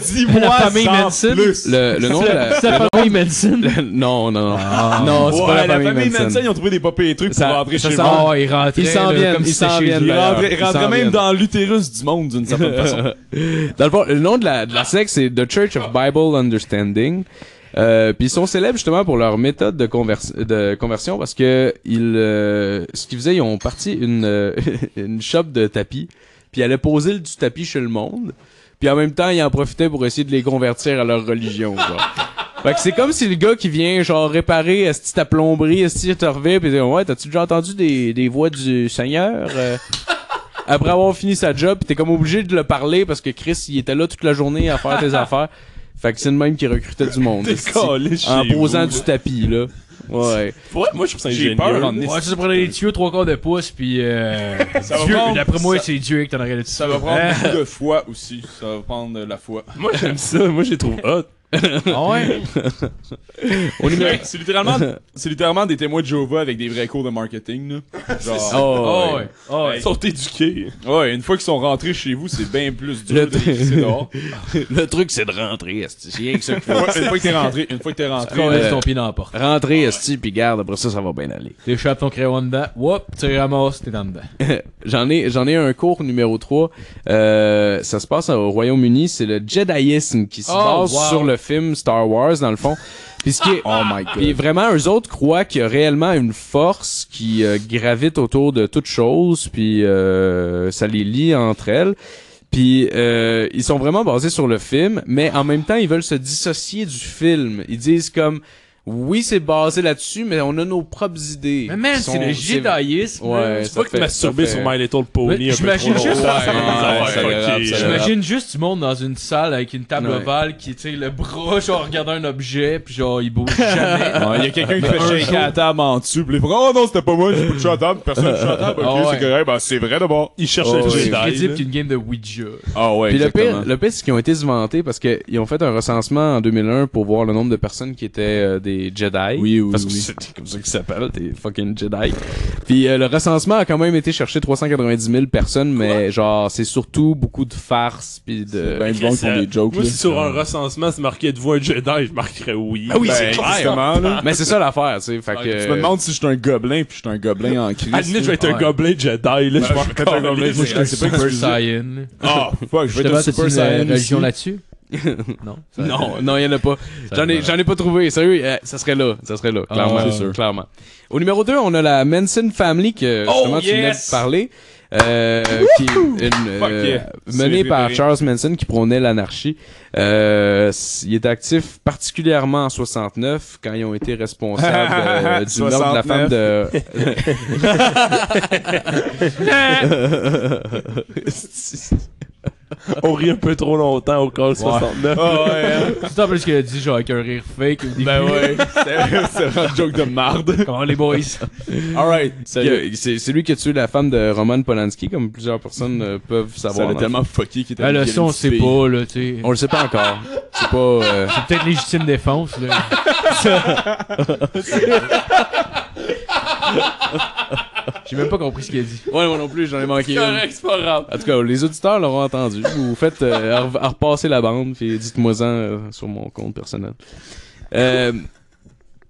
Dis-moi
La famille Euh,
sans
Manson.
plus.
Le, le nom de la...
C'est la famille Manson.
le- non, non, non.
Ah.
non, c'est
Ouais,
pas la
la
famille, Manson. euh,
ils ont trouvé des pas pires trucs
Ça-
pour rentrer
Ça
chez
sent,
le monde.
oh, ils rentraient,
Ils s'en
là,
viennent,
comme
ils
si c'était
s'en
chez
viennent,
eux.
Ils rentraient,
Ils
ils
s'en
rentraient
viennent.
même dans l'utérus du monde, d'une certaine façon.
Dans le fond, le nom de la, de la secte, c'est The Church of Bible Understanding. Euh, puis ils sont célèbres justement pour leur méthode de, convers- de conversion parce que ils, euh, ce qu'ils faisaient, ils ont parti une, euh, <laughs> une shop de tapis, puis ils allaient poser le- du tapis chez le monde, puis en même temps ils en profitaient pour essayer de les convertir à leur religion. genre. Fait que c'est comme si le gars qui vient genre réparer est-ce ta plomberie, est-ce que tu revais, puis il dit, ouais, t'as-tu déjà entendu des, des voix du Seigneur? Euh, après avoir fini sa job, pis t'es comme obligé de le parler parce que Chris, il était là toute la journée à faire tes affaires. Fait que c'est le même qui recrutait du monde. esti. en posant du tapis, là. Ouais.
Ouais, moi, je trouve ça
J'ai
ingénieux.
peur en
Ouais, ça, ça prenait les tuyaux trois quarts de pouce, puis euh, Dieu,
prendre-
d'après moi, c'est Dieu qui t'en aurait dessus.
Ça va prendre beaucoup de foi aussi. Ça va prendre de la foi.
Moi, j'aime ça. <laughs> Moi, je les trouve hot.
Ah ouais?
Au numéro-
<laughs> Ouais, C'est littéralement, c'est littéralement des témoins de Jéhovah avec des vrais cours de marketing. Là. Genre,
Oh, ouais.
Ah
Ils sont éduqués.
ouais, une fois qu'ils sont rentrés chez vous, c'est bien plus dur de les laisser dehors.
Le truc, c'est de rentrer, esti. C'est rien que ça qu'il faut.
Une fois une fois que t'es rentré, une fois que t'es rentré,
Quand
là,
ton pied dans la porte.
Rentrer, esti, pis garde, après ça, ça va bien aller.
T'échappes ton crayon dedans, whoop, tu ramasses, t'es dans dedans.
J'en ai, j'en ai un cours numéro 3. Euh, ça se passe au Royaume-Uni. C'est le Jediisme qui se
Oh,
base
wow.
sur le film Star Wars, dans le fond. Puis ce qui
<laughs>
est, oh my God. vraiment, eux autres croient qu'il y a réellement une force qui euh, gravite autour de toute chose, puis euh, ça les lie entre elles. Puis euh, ils sont vraiment basés sur le film, mais en même temps, ils veulent se dissocier du film. Ils disent comme, oui, c'est basé là-dessus, mais on a nos propres idées.
Mais man,
qui
c'est
sont-
le jadaïsme.
Ouais,
C'est pas que masturber sur My Little
Mais
Pony un peu trop
j'imagine
longtemps.
juste- Ouais,
ouais, ça l'aggrave, ça l'aggrave.
J'imagine juste du monde dans une salle avec une table
Ouais.
ovale qui, tu sais, le bras, genre, regarde un objet, puis genre, il bouge
<laughs>
jamais.
il y a quelqu'un qui fait shaker à la table en dessus, pis il fait Oh non, c'était pas moi, j'ai pas touché à la table, personne touche à la table, ok,
Ah ouais.
c'est correct, ben c'est vrai d'abord.
Ils cherchent
Oh,
le
oui.
C'est
Jedi.
plus crédible
là.
qu'une game de Ouija.
Ah ouais,
Puis le pire, le pire, c'est qu'ils ont été vantés parce qu'ils ont fait un recensement en 2001 pour voir le nombre de personnes qui étaient euh, des Jedi.
Oui, oui,
Parce que
oui.
c'est comme ça qu'ils s'appellent, t'es fucking Jedi. Puis euh, le recensement a quand même été chercher 390 000 personnes, mais genre, c'est surtout beaucoup de farces puis de...
Ben du monde qui font des jokes,
Moi,
là.
si sur un recensement, c'est marqué de vous un Jedi, je marquerais oui. Ah
Ben, exactement, là.
Mais c'est ça l'affaire, tu sais. Fait que...
Ah, Tu me demandes si je suis un gobelin, puis je suis un gobelin en crise.
À la limite, Ah, je vais être un
Ouais.
gobelin Jedi, là. Je
Ben,
m'en
je vais être un gobelin,
calisse.
c'est- c'est pas
Super
exclusif.
Saiyan.
Ah, fuck, je vais être un super saiyan.
religion
aussi.
là-dessus? <laughs> non. ça-
Non, non, il y en a pas. J'en ai, j'en ai pas trouvé. Sérieux, euh, ça serait là. Ça serait là, clairement.
ouais.
c'est sûr. Clairement. Au numéro 2, on a la Manson Family que justement tu venais de parler. Euh, qui, une, euh,
yeah.
menée
C'est
par
libéré.
Charles Manson qui prônait l'anarchie. Euh, s- il était actif particulièrement en 69 quand ils ont été responsables euh, du meurtre de la femme de <laughs>
On rit un peu trop longtemps au call 69.
<laughs> Ah ouais,
Tout en plus qu'il a dit, genre, avec un rire fake au début.
ben ouais, c'est <laughs> c'est un joke de marde.
<laughs> Comment les
<laughs>
boys?
Alright,
Il a- c'est c'est lui qui a tué la femme de Roman Polanski comme plusieurs personnes euh, peuvent
Ça
savoir.
l'a
dans-
tellement fucké qu'il était
Ben,
allé
le
violer
son,
une
on sait
fille.
pas, là, tu sais.
On le sait pas encore. C'est pas euh,
C'est peut-être légitime défense, là. <laughs> J'ai même pas compris ce qu'il a dit.
Ouais, moi non plus, j'en ai manqué une.
Correct, c'est pas grave.
En tout cas, les auditeurs l'auront entendu. Vous faites euh, à re- à repasser la bande, puis dites-moi-en euh, sur mon compte personnel. Euh,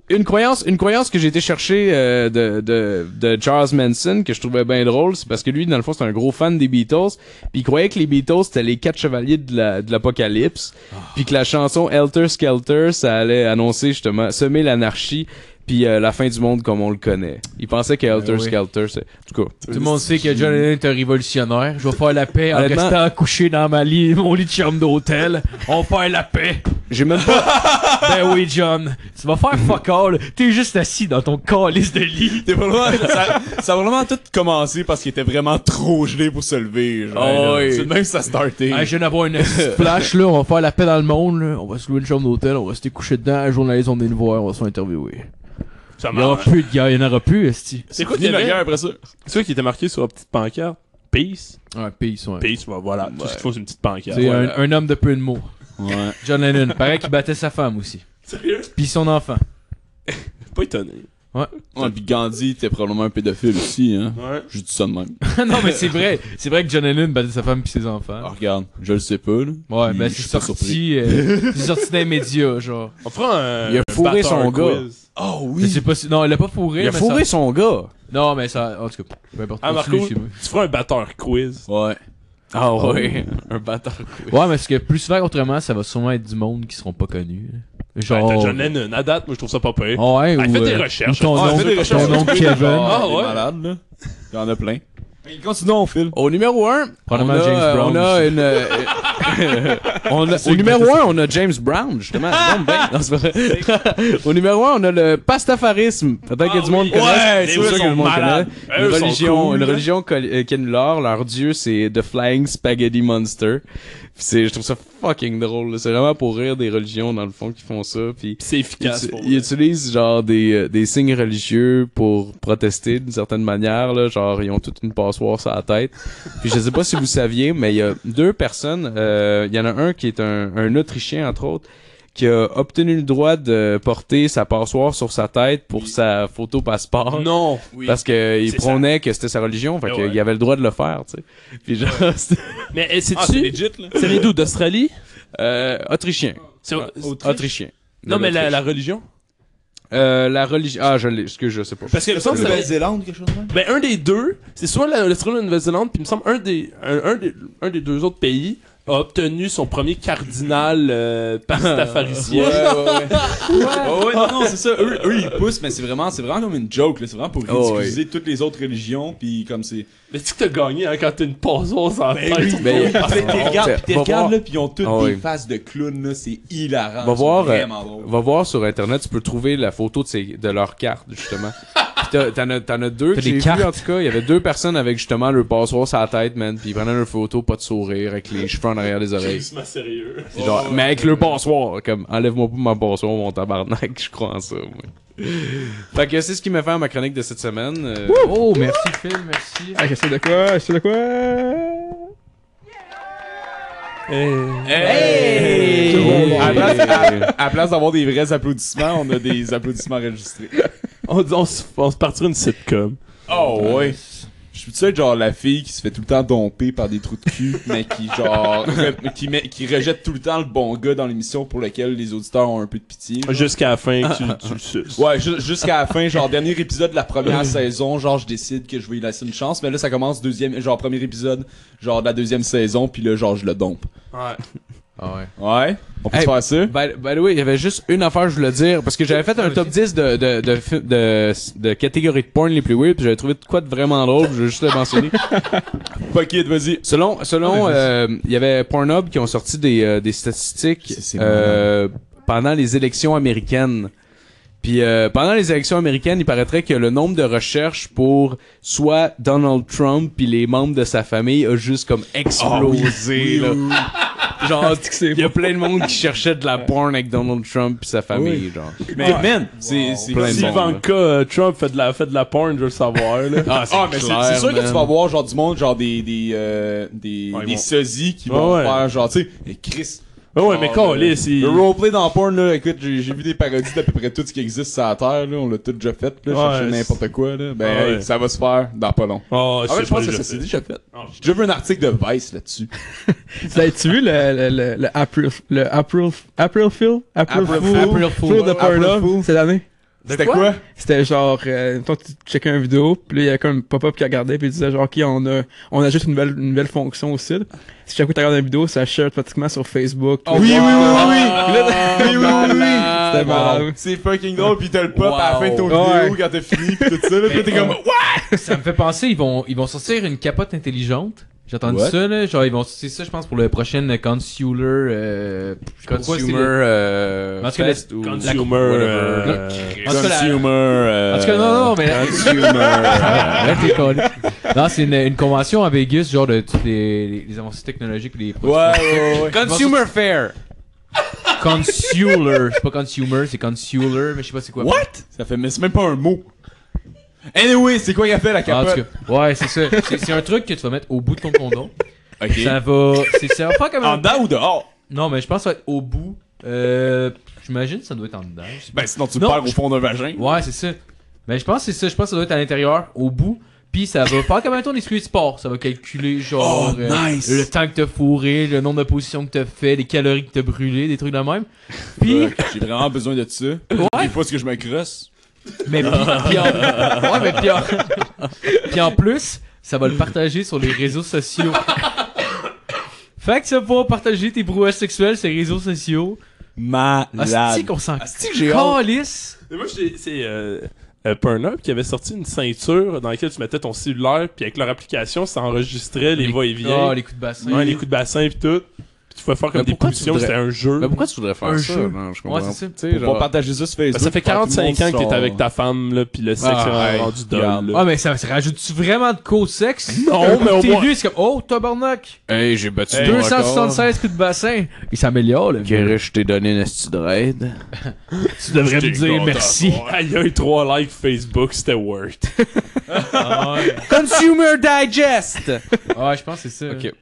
une croyance, une croyance que j'ai été chercher euh, de, de, de Charles Manson que je trouvais bien drôle, c'est parce que lui, dans le fond, c'est un gros fan des Beatles, puis il croyait que les Beatles c'était les quatre chevaliers de la- de l'apocalypse,
Ah.
puis que la chanson Helter Skelter ça allait annoncer justement semer l'anarchie puis euh, la fin du monde comme on le connaît. Il pensait
Ben
que Helter
oui.
Skelter, c'est en tout cas.
Tout le monde sait que John Lennon est un révolutionnaire. Je vais faire la paix en
Honnêtement-
restant couché dans ma lit, <laughs> mon lit de chambre d'hôtel. On fait la paix.
J'ai même pas.
<laughs>
Ben oui, John. Tu vas faire fuck all. T'es juste assis dans ton calice de lit.
T'es vraiment- ça, ça a vraiment tout commencé parce qu'il était vraiment trop gelé pour se lever. genre.
Ah oui.
C'est de même que ça a starté.
Ah,
Hey, je viens d'avoir <laughs> une splash, là. On va faire la paix dans le monde, là. On va se louer une chambre d'hôtel. On va rester couché dedans. Un journaliste, on est le voir. On va se faire interviewer.
Ça
Il y aura
marche.
plus de gars. Il y en aura plus, esti.
C'est quoi qui
la
avait-
guerre après ça?
C'est quoi qui était marqué sur la petite pancarte? Peace.
Ouais, peace, ouais.
Peace, bah, voilà. Tout ce qu'il faut, c'est une petite pancarte.
C'est un, un homme de peu de mots. John Lennon. Pareil qu'il battait sa femme aussi.
<laughs> Sérieux?
Puis son enfant. <laughs>
Pas étonné.
Ouais, puis Gandhi était probablement un pédophile aussi, hein.
Ouais.
Je dis ça de même.
non, mais c'est vrai. C'est vrai que John Lennon battait sa femme puis ses enfants.
Ah, regarde, je le sais pas, là.
Ouais, ben
je
c'est
suis pas surpris.
sorti, euh, c'est sorti des médias, genre.
On prend un.
Il a
un
fourré
batteur
son gars.
quiz.
Oh
Je sais pas si... Non, il l'a pas fourré.
Il a
mais
fourré
ça-
son gars.
Non, mais ça... En tout cas, peu importe.
Ah,
continue,
Marco,
je sais pas.
tu feras un batteur quiz.
Ouais.
Ah ouais, un bâtard.
Ouais, mais parce que plus souvent qu'autrement, ça va sûrement être du monde qui seront pas connus.
Ouais,
Genre...
T'as John Lennon. À date, moi, je trouve ça pas pire.
Ah ouais,
Ah,
ou,
fais des
euh,
recherches.
ou ton
Ah,
oncle-
fais des recherches.
ton oncle Kevin.
Ah, ouais.
malade, là. Il y en a plein. Continuons, on file.
Au numéro 1, on
Probablement
a,
James
euh,
Brown
on a <laughs>
aussi.
une euh, on a- au numéro 1, on a James Brown <laughs> justement. c'est donc bien. Non, c'est pas vrai. <laughs> au numéro 1 on a le pastafarisme. Peut-être qu'il y a du monde qui
Ah oui. Ouais, les
connaît.
eux sont malades.
Une
Eux sont
religion,
cool,
une
là.
religion col- euh, canular, leur dieu c'est The Flying Spaghetti Monster. Puis c'est je trouve ça fucking drôle, là. c'est vraiment pour rire des religions dans le fond qui font ça puis
Pis C'est
ils,
efficace pour
ils
vrai.
utilisent genre des, euh, des signes religieux pour protester d'une certaine manière là, genre ils ont toute une passoire sur la tête. Puis je sais pas si vous saviez, mais il y a deux personnes, euh, il y en a un qui est un, un Autrichien entre autres, qui a obtenu le droit de porter sa passoire sur sa tête pour sa photo passeport.
Non.
Parce que il
C'est
prônait que c'était sa religion, fait
Ah
qu'il
ouais.
avait le droit de le faire, tu sais. Puis genre, <laughs> c'était-
Mais eh,
Ah, c'est
sais-tu?
legit, là.
C'est les d'où? D'Australie?
euh, autrichien,
C'est-
autrichien.
Ah, Non,
De
mais la,
l'Autriche.
la religion?
Euh, la religion, ah je l'ai, excuse, je sais pas.
Parce que, il me semble, que ça va-
Nouvelle-Zélande, quelque chose de même?
ben, un des deux, c'est soit la- l'Australie ou la Nouvelle-Zélande, puis il me semble, un des, un, un des, un des deux autres pays a obtenu son premier cardinal euh, pastafaricien.
Euh,
Oh, ouais, non, non, c'est ça. Eux, eux, ils poussent, mais c'est vraiment, c'est vraiment comme une joke, là. C'est vraiment pour
Oh,
ridiculiser toutes les autres religions, puis comme c'est.
Mais tu que t'as gagné hein, quand t'as une passoire sans tête.
Ben,
Parce que Ah, t'es regardes,
va
pis t'es
voir.
regardes, là, pis ils ont toutes
Ah oui.
des faces de clowns, là. C'est hilarant.
Va
c'est
voir,
Vraiment drôle.
Va voir sur internet, tu peux trouver la photo de, ces, de leurs cartes, justement. Puis t'as- T'en as, t'en as deux que
T'as des
j'ai vu,
cartes?
en tout cas. Il y avait deux personnes avec justement leur passoire sur la tête, man. Puis ils prenaient leur photo, pas de sourire, avec les cheveux en arrière des oreilles.
Plus ma sérieux.
C'est genre, mais avec le passoire, comme enlève-moi pas ma passoire, mon tabarnak, <laughs> je crois en ça, moi. fait que c'est ce qui m'a fait ma chronique de cette semaine. Euh,
Oh, merci Phil, merci.
Ah, je sais de quoi, je sais de quoi.
Hey!
À place, à- à place d'avoir des vrais applaudissements, on a des applaudissements enregistrés.
On, on, se- on se partira une sitcom.
Oh, ouais. Je suis sûr genre la fille qui se fait tout le temps domper par des trous de cul, mais qui genre <laughs> re- qui, met- qui rejette tout le temps le bon gars dans l'émission pour lequel les auditeurs ont un peu de pitié. genre.
Jusqu'à la fin que tu, tu le suces.
Ah, Ouais, ju- jusqu'à la fin, genre dernier épisode de la <laughs> première saison, genre je décide que je vais lui laisser une chance, mais là ça commence deuxième genre premier épisode, genre de la deuxième saison, puis là genre je le dompe. <laughs>
Ah ouais.
Ouais. On peut
Hey.
se faire ça.
By, by the way, il y avait juste une affaire, je voulais dire, parce que j'avais fait un top 10 de, de, de, fi- de, de catégories de porn les plus weird, puis j'avais trouvé de quoi de vraiment drôle, je veux juste le mentionner.
Fuck it, vas-y.
Selon, selon, euh, il y avait Pornhub qui ont sorti des, euh, des statistiques
C'est- c'est
euh, pendant les élections américaines. Puis euh, pendant les élections américaines, il paraîtrait que le nombre de recherches pour soit Donald Trump puis les membres de sa famille a juste comme explosé. là. Genre, il y a plein de monde qui cherchait de la porn avec Donald Trump puis sa famille. Genre.
Mais man, c'est c'est
Plein de
Si
monde, là.
Ivanka euh, Trump fait de la, fait de la porn, je veux le savoir. Là.
Ah, c'est
Ah, mais c'est
clair,
c'est sûr que
man.
tu vas voir genre du monde, genre des des euh, des,
Ouais, ils
des
vont-
sosies qui
Ouais,
vont
ouais.
faire genre tu sais, eh, Chris.
Ouais, Ah ouais,
Ah,
mais
genre,
quand il... si.
Le roleplay dans porn là, écoute, j'ai j'ai vu des parodies d'à peu près tout ce qui existe sur la terre là, on l'a tout déjà fait là,
Ouais,
chercher
c'est- Ah,
n'importe quoi là. Ben
Ouais.
hey, ça va se faire dans pas long.
Oh,
Ah ouais,
c'est
je pense que
pas
ça
déjà
s'est
fait.
déjà fait.
Ah,
J'ai déjà vu un article de Vice là-dessus.
Vous avez-tu vu le, le, le, le April, le April, April Fool? April,
April
Fool.
Fool.
Fool de Pornhub, cette année?
C'était quoi?
C'était genre, euh, toi tu checkais une vidéo, puis là, il y avait comme un pop-up qui regardait, puis il disait genre, ok, on a, on a juste une nouvelle, une nouvelle fonction au site. Si chaque fois que tu regardes une vidéo, ça share pratiquement sur Facebook.
Ah,
oui, oui, oui, oui, oui.
Là,
oui, oui, oui, oui.
C'était malade.
C'est fucking drôle, pis t'as le pop à la fin de ton
Wow.
vidéo quand t'as fini, pis tout ça, là, pis t'es comme, what?
Ça me fait penser, ils vont, ils vont sortir une capote intelligente. J'ai entendu
What?
ça, là. Genre, ils vont sortir ça, je pense, pour le prochain euh, Consular. Euh, je sais pas quoi, c'est
Consumer,
le-
euh,
En tout cas,
fest ou-
Consumer.
whatever.
euh,
En tout cas, la-
Consumer, euh,
En tout cas, non, non, mais. <laughs> Ah,
Consumer.
Arrête tes conneries. Non, c'est une, une convention à Vegas, genre de toutes les, les- les avancées technologiques et les
Ouais, ouais, ouais.
Consumer Fair.
Consular. C'est pas consumer, c'est consular, mais je sais pas c'est quoi.
What? Ça fait, mais c'est même pas un mot. Anyway, c'est quoi qu'elle fait la
Ah, en
capote?
tout cas, ouais, c'est ça. C'est, c'est un truc que tu vas mettre au bout de ton condom.
Ok.
Ça va. C'est, ça va pas comme
En
un.
dedans ou dehors?
Non, mais je pense que ça va être au bout. Euh, j'imagine que ça doit être en dedans. je sais pas.
Ben sinon tu
Non,
perds au
je-
fond d'un vagin.
Ouais, c'est ça. Mais je pense que c'est ça. Je pense que ça doit être à l'intérieur, au bout. Puis ça va faire comme un tour d'exclus de sport. Ça va calculer genre
Oh,
euh,
nice.
le temps que t'as fourré, le nombre de positions que t'as fait, les calories que t'as brûlées, des trucs de même. Puis,
Euh, J'ai vraiment besoin de ça. Des fois, ce que je me crosse.
mais puis, puis en, ouais, mais puis en, puis en plus, ça va le partager sur les réseaux sociaux. fait que ça va pouvoir partager tes brouilles sexuelles sur les réseaux sociaux. Ah, c'est
Malade.
qu'on s'en
Asti que j'ai hâte.
calisse.
Mais moi, j'ai- c'est euh, euh, Pornhub qui avait sorti une ceinture dans laquelle tu mettais ton cellulaire, puis avec leur application, ça enregistrait les,
Ah,
va-et-vient,
les coups de bassin.
Ouais, les coups de bassin, puis tout. Puis tu pouvais faire comme
Mais
des
pourquoi tu
positions,
voudrais-
c'était un jeu.
Mais pourquoi tu voudrais faire
Un
ça?
jeu.
Non, je
Ouais,
comprends.
c'est ça.
Tu sais,
On va
genre-
partager ça sur
Ben,
Facebook.
ça fait
quand tout le
45 ans
monde
que t'es
sort.
avec ta femme, là, puis le sexe
Ah,
est
hey,
rendu
regarde.
dole. là.
Ah, mais ça, ça rajoute-tu vraiment de qu'au sexe?
Ben Non, mais au
T'es
moins- Ben,
vu, c'est comme, oh, tabarnak!
Hey, j'ai battu mon record.
276 coups de bassin! Il s'améliore, le vieux.
Guéret, je t'ai donné une astuce
<laughs>
de raid.
Tu devrais me dire merci.
Aïe, aïe, 3 likes Facebook, c'était
<laughs>
worth.
Consumer <laughs> Digest!
Ah, je pense que c'est ça.
Ok.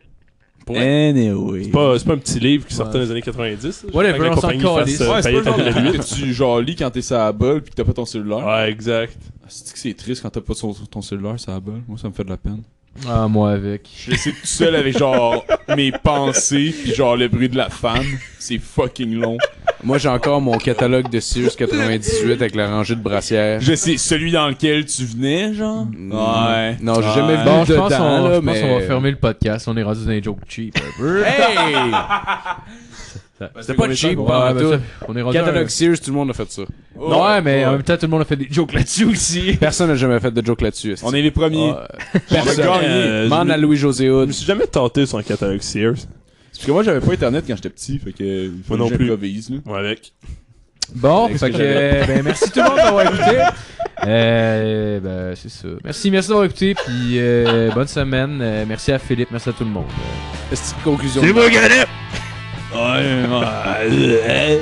Anyway.
C'est pas, c'est pas un petit livre qui sortait dans les années 90.
Whatever,
Fait que la
on s'en
compagnie
calisse.
fasse, euh,
Ouais, c'est
payer
pas le genre
ta
de
télé-
truc que tu genre lis quand t'es sur la balle pis que t'as pas ton cellulaire.
Ouais, exact.
C'est que c'est triste quand t'as pas son- ton cellulaire sur la balle. Moi, ça me fait de la peine.
Ah, moi avec.
Je laissé tout seul avec genre mes pensées pis genre le bruit de la femme. C'est fucking long.
Moi, j'ai encore mon catalogue
<laughs>
de Sirius 98 avec la rangée de brassières.
Je sais, celui dans lequel tu venais, genre? Ouais.
Mm. Non, j'ai
Ouais.
jamais vu
Bon, je
dedans,
pense qu'on
là,
je pense
mais...
qu'on va fermer le podcast. On est rendu dans les jokes cheap. un peu.
<laughs> Hey! C'était pas cheap,
Ouais,
pas
ben
tout.
ça, Oh. on est rendu. à un-
Catalogue Sears, tout le monde a fait ça.
Non, ouais, mais en même temps, tout le monde a fait des jokes là-dessus aussi.
Personne n'a jamais fait de joke là-dessus. est-ce
On est les premiers.
Personne.
Euh, je
Demande
me-
à Louis-José
Je me
Hood.
suis jamais tenté sur un catalogue Sears.
C'est parce que moi, j'avais pas internet quand j'étais petit, fait que.
Moi non
que
plus.
j'improvise, là.
Moi avec.
Bon,
Avec
fait
ce
que,
que
euh, ben, merci tout le monde d'avoir écouté. Euh, ben, c'est ça. Merci, merci d'avoir écouté. Puis, euh, bonne semaine. Euh, merci à Philippe, merci à tout le monde.
Est-ce que conclusion?
Ouais, ouais.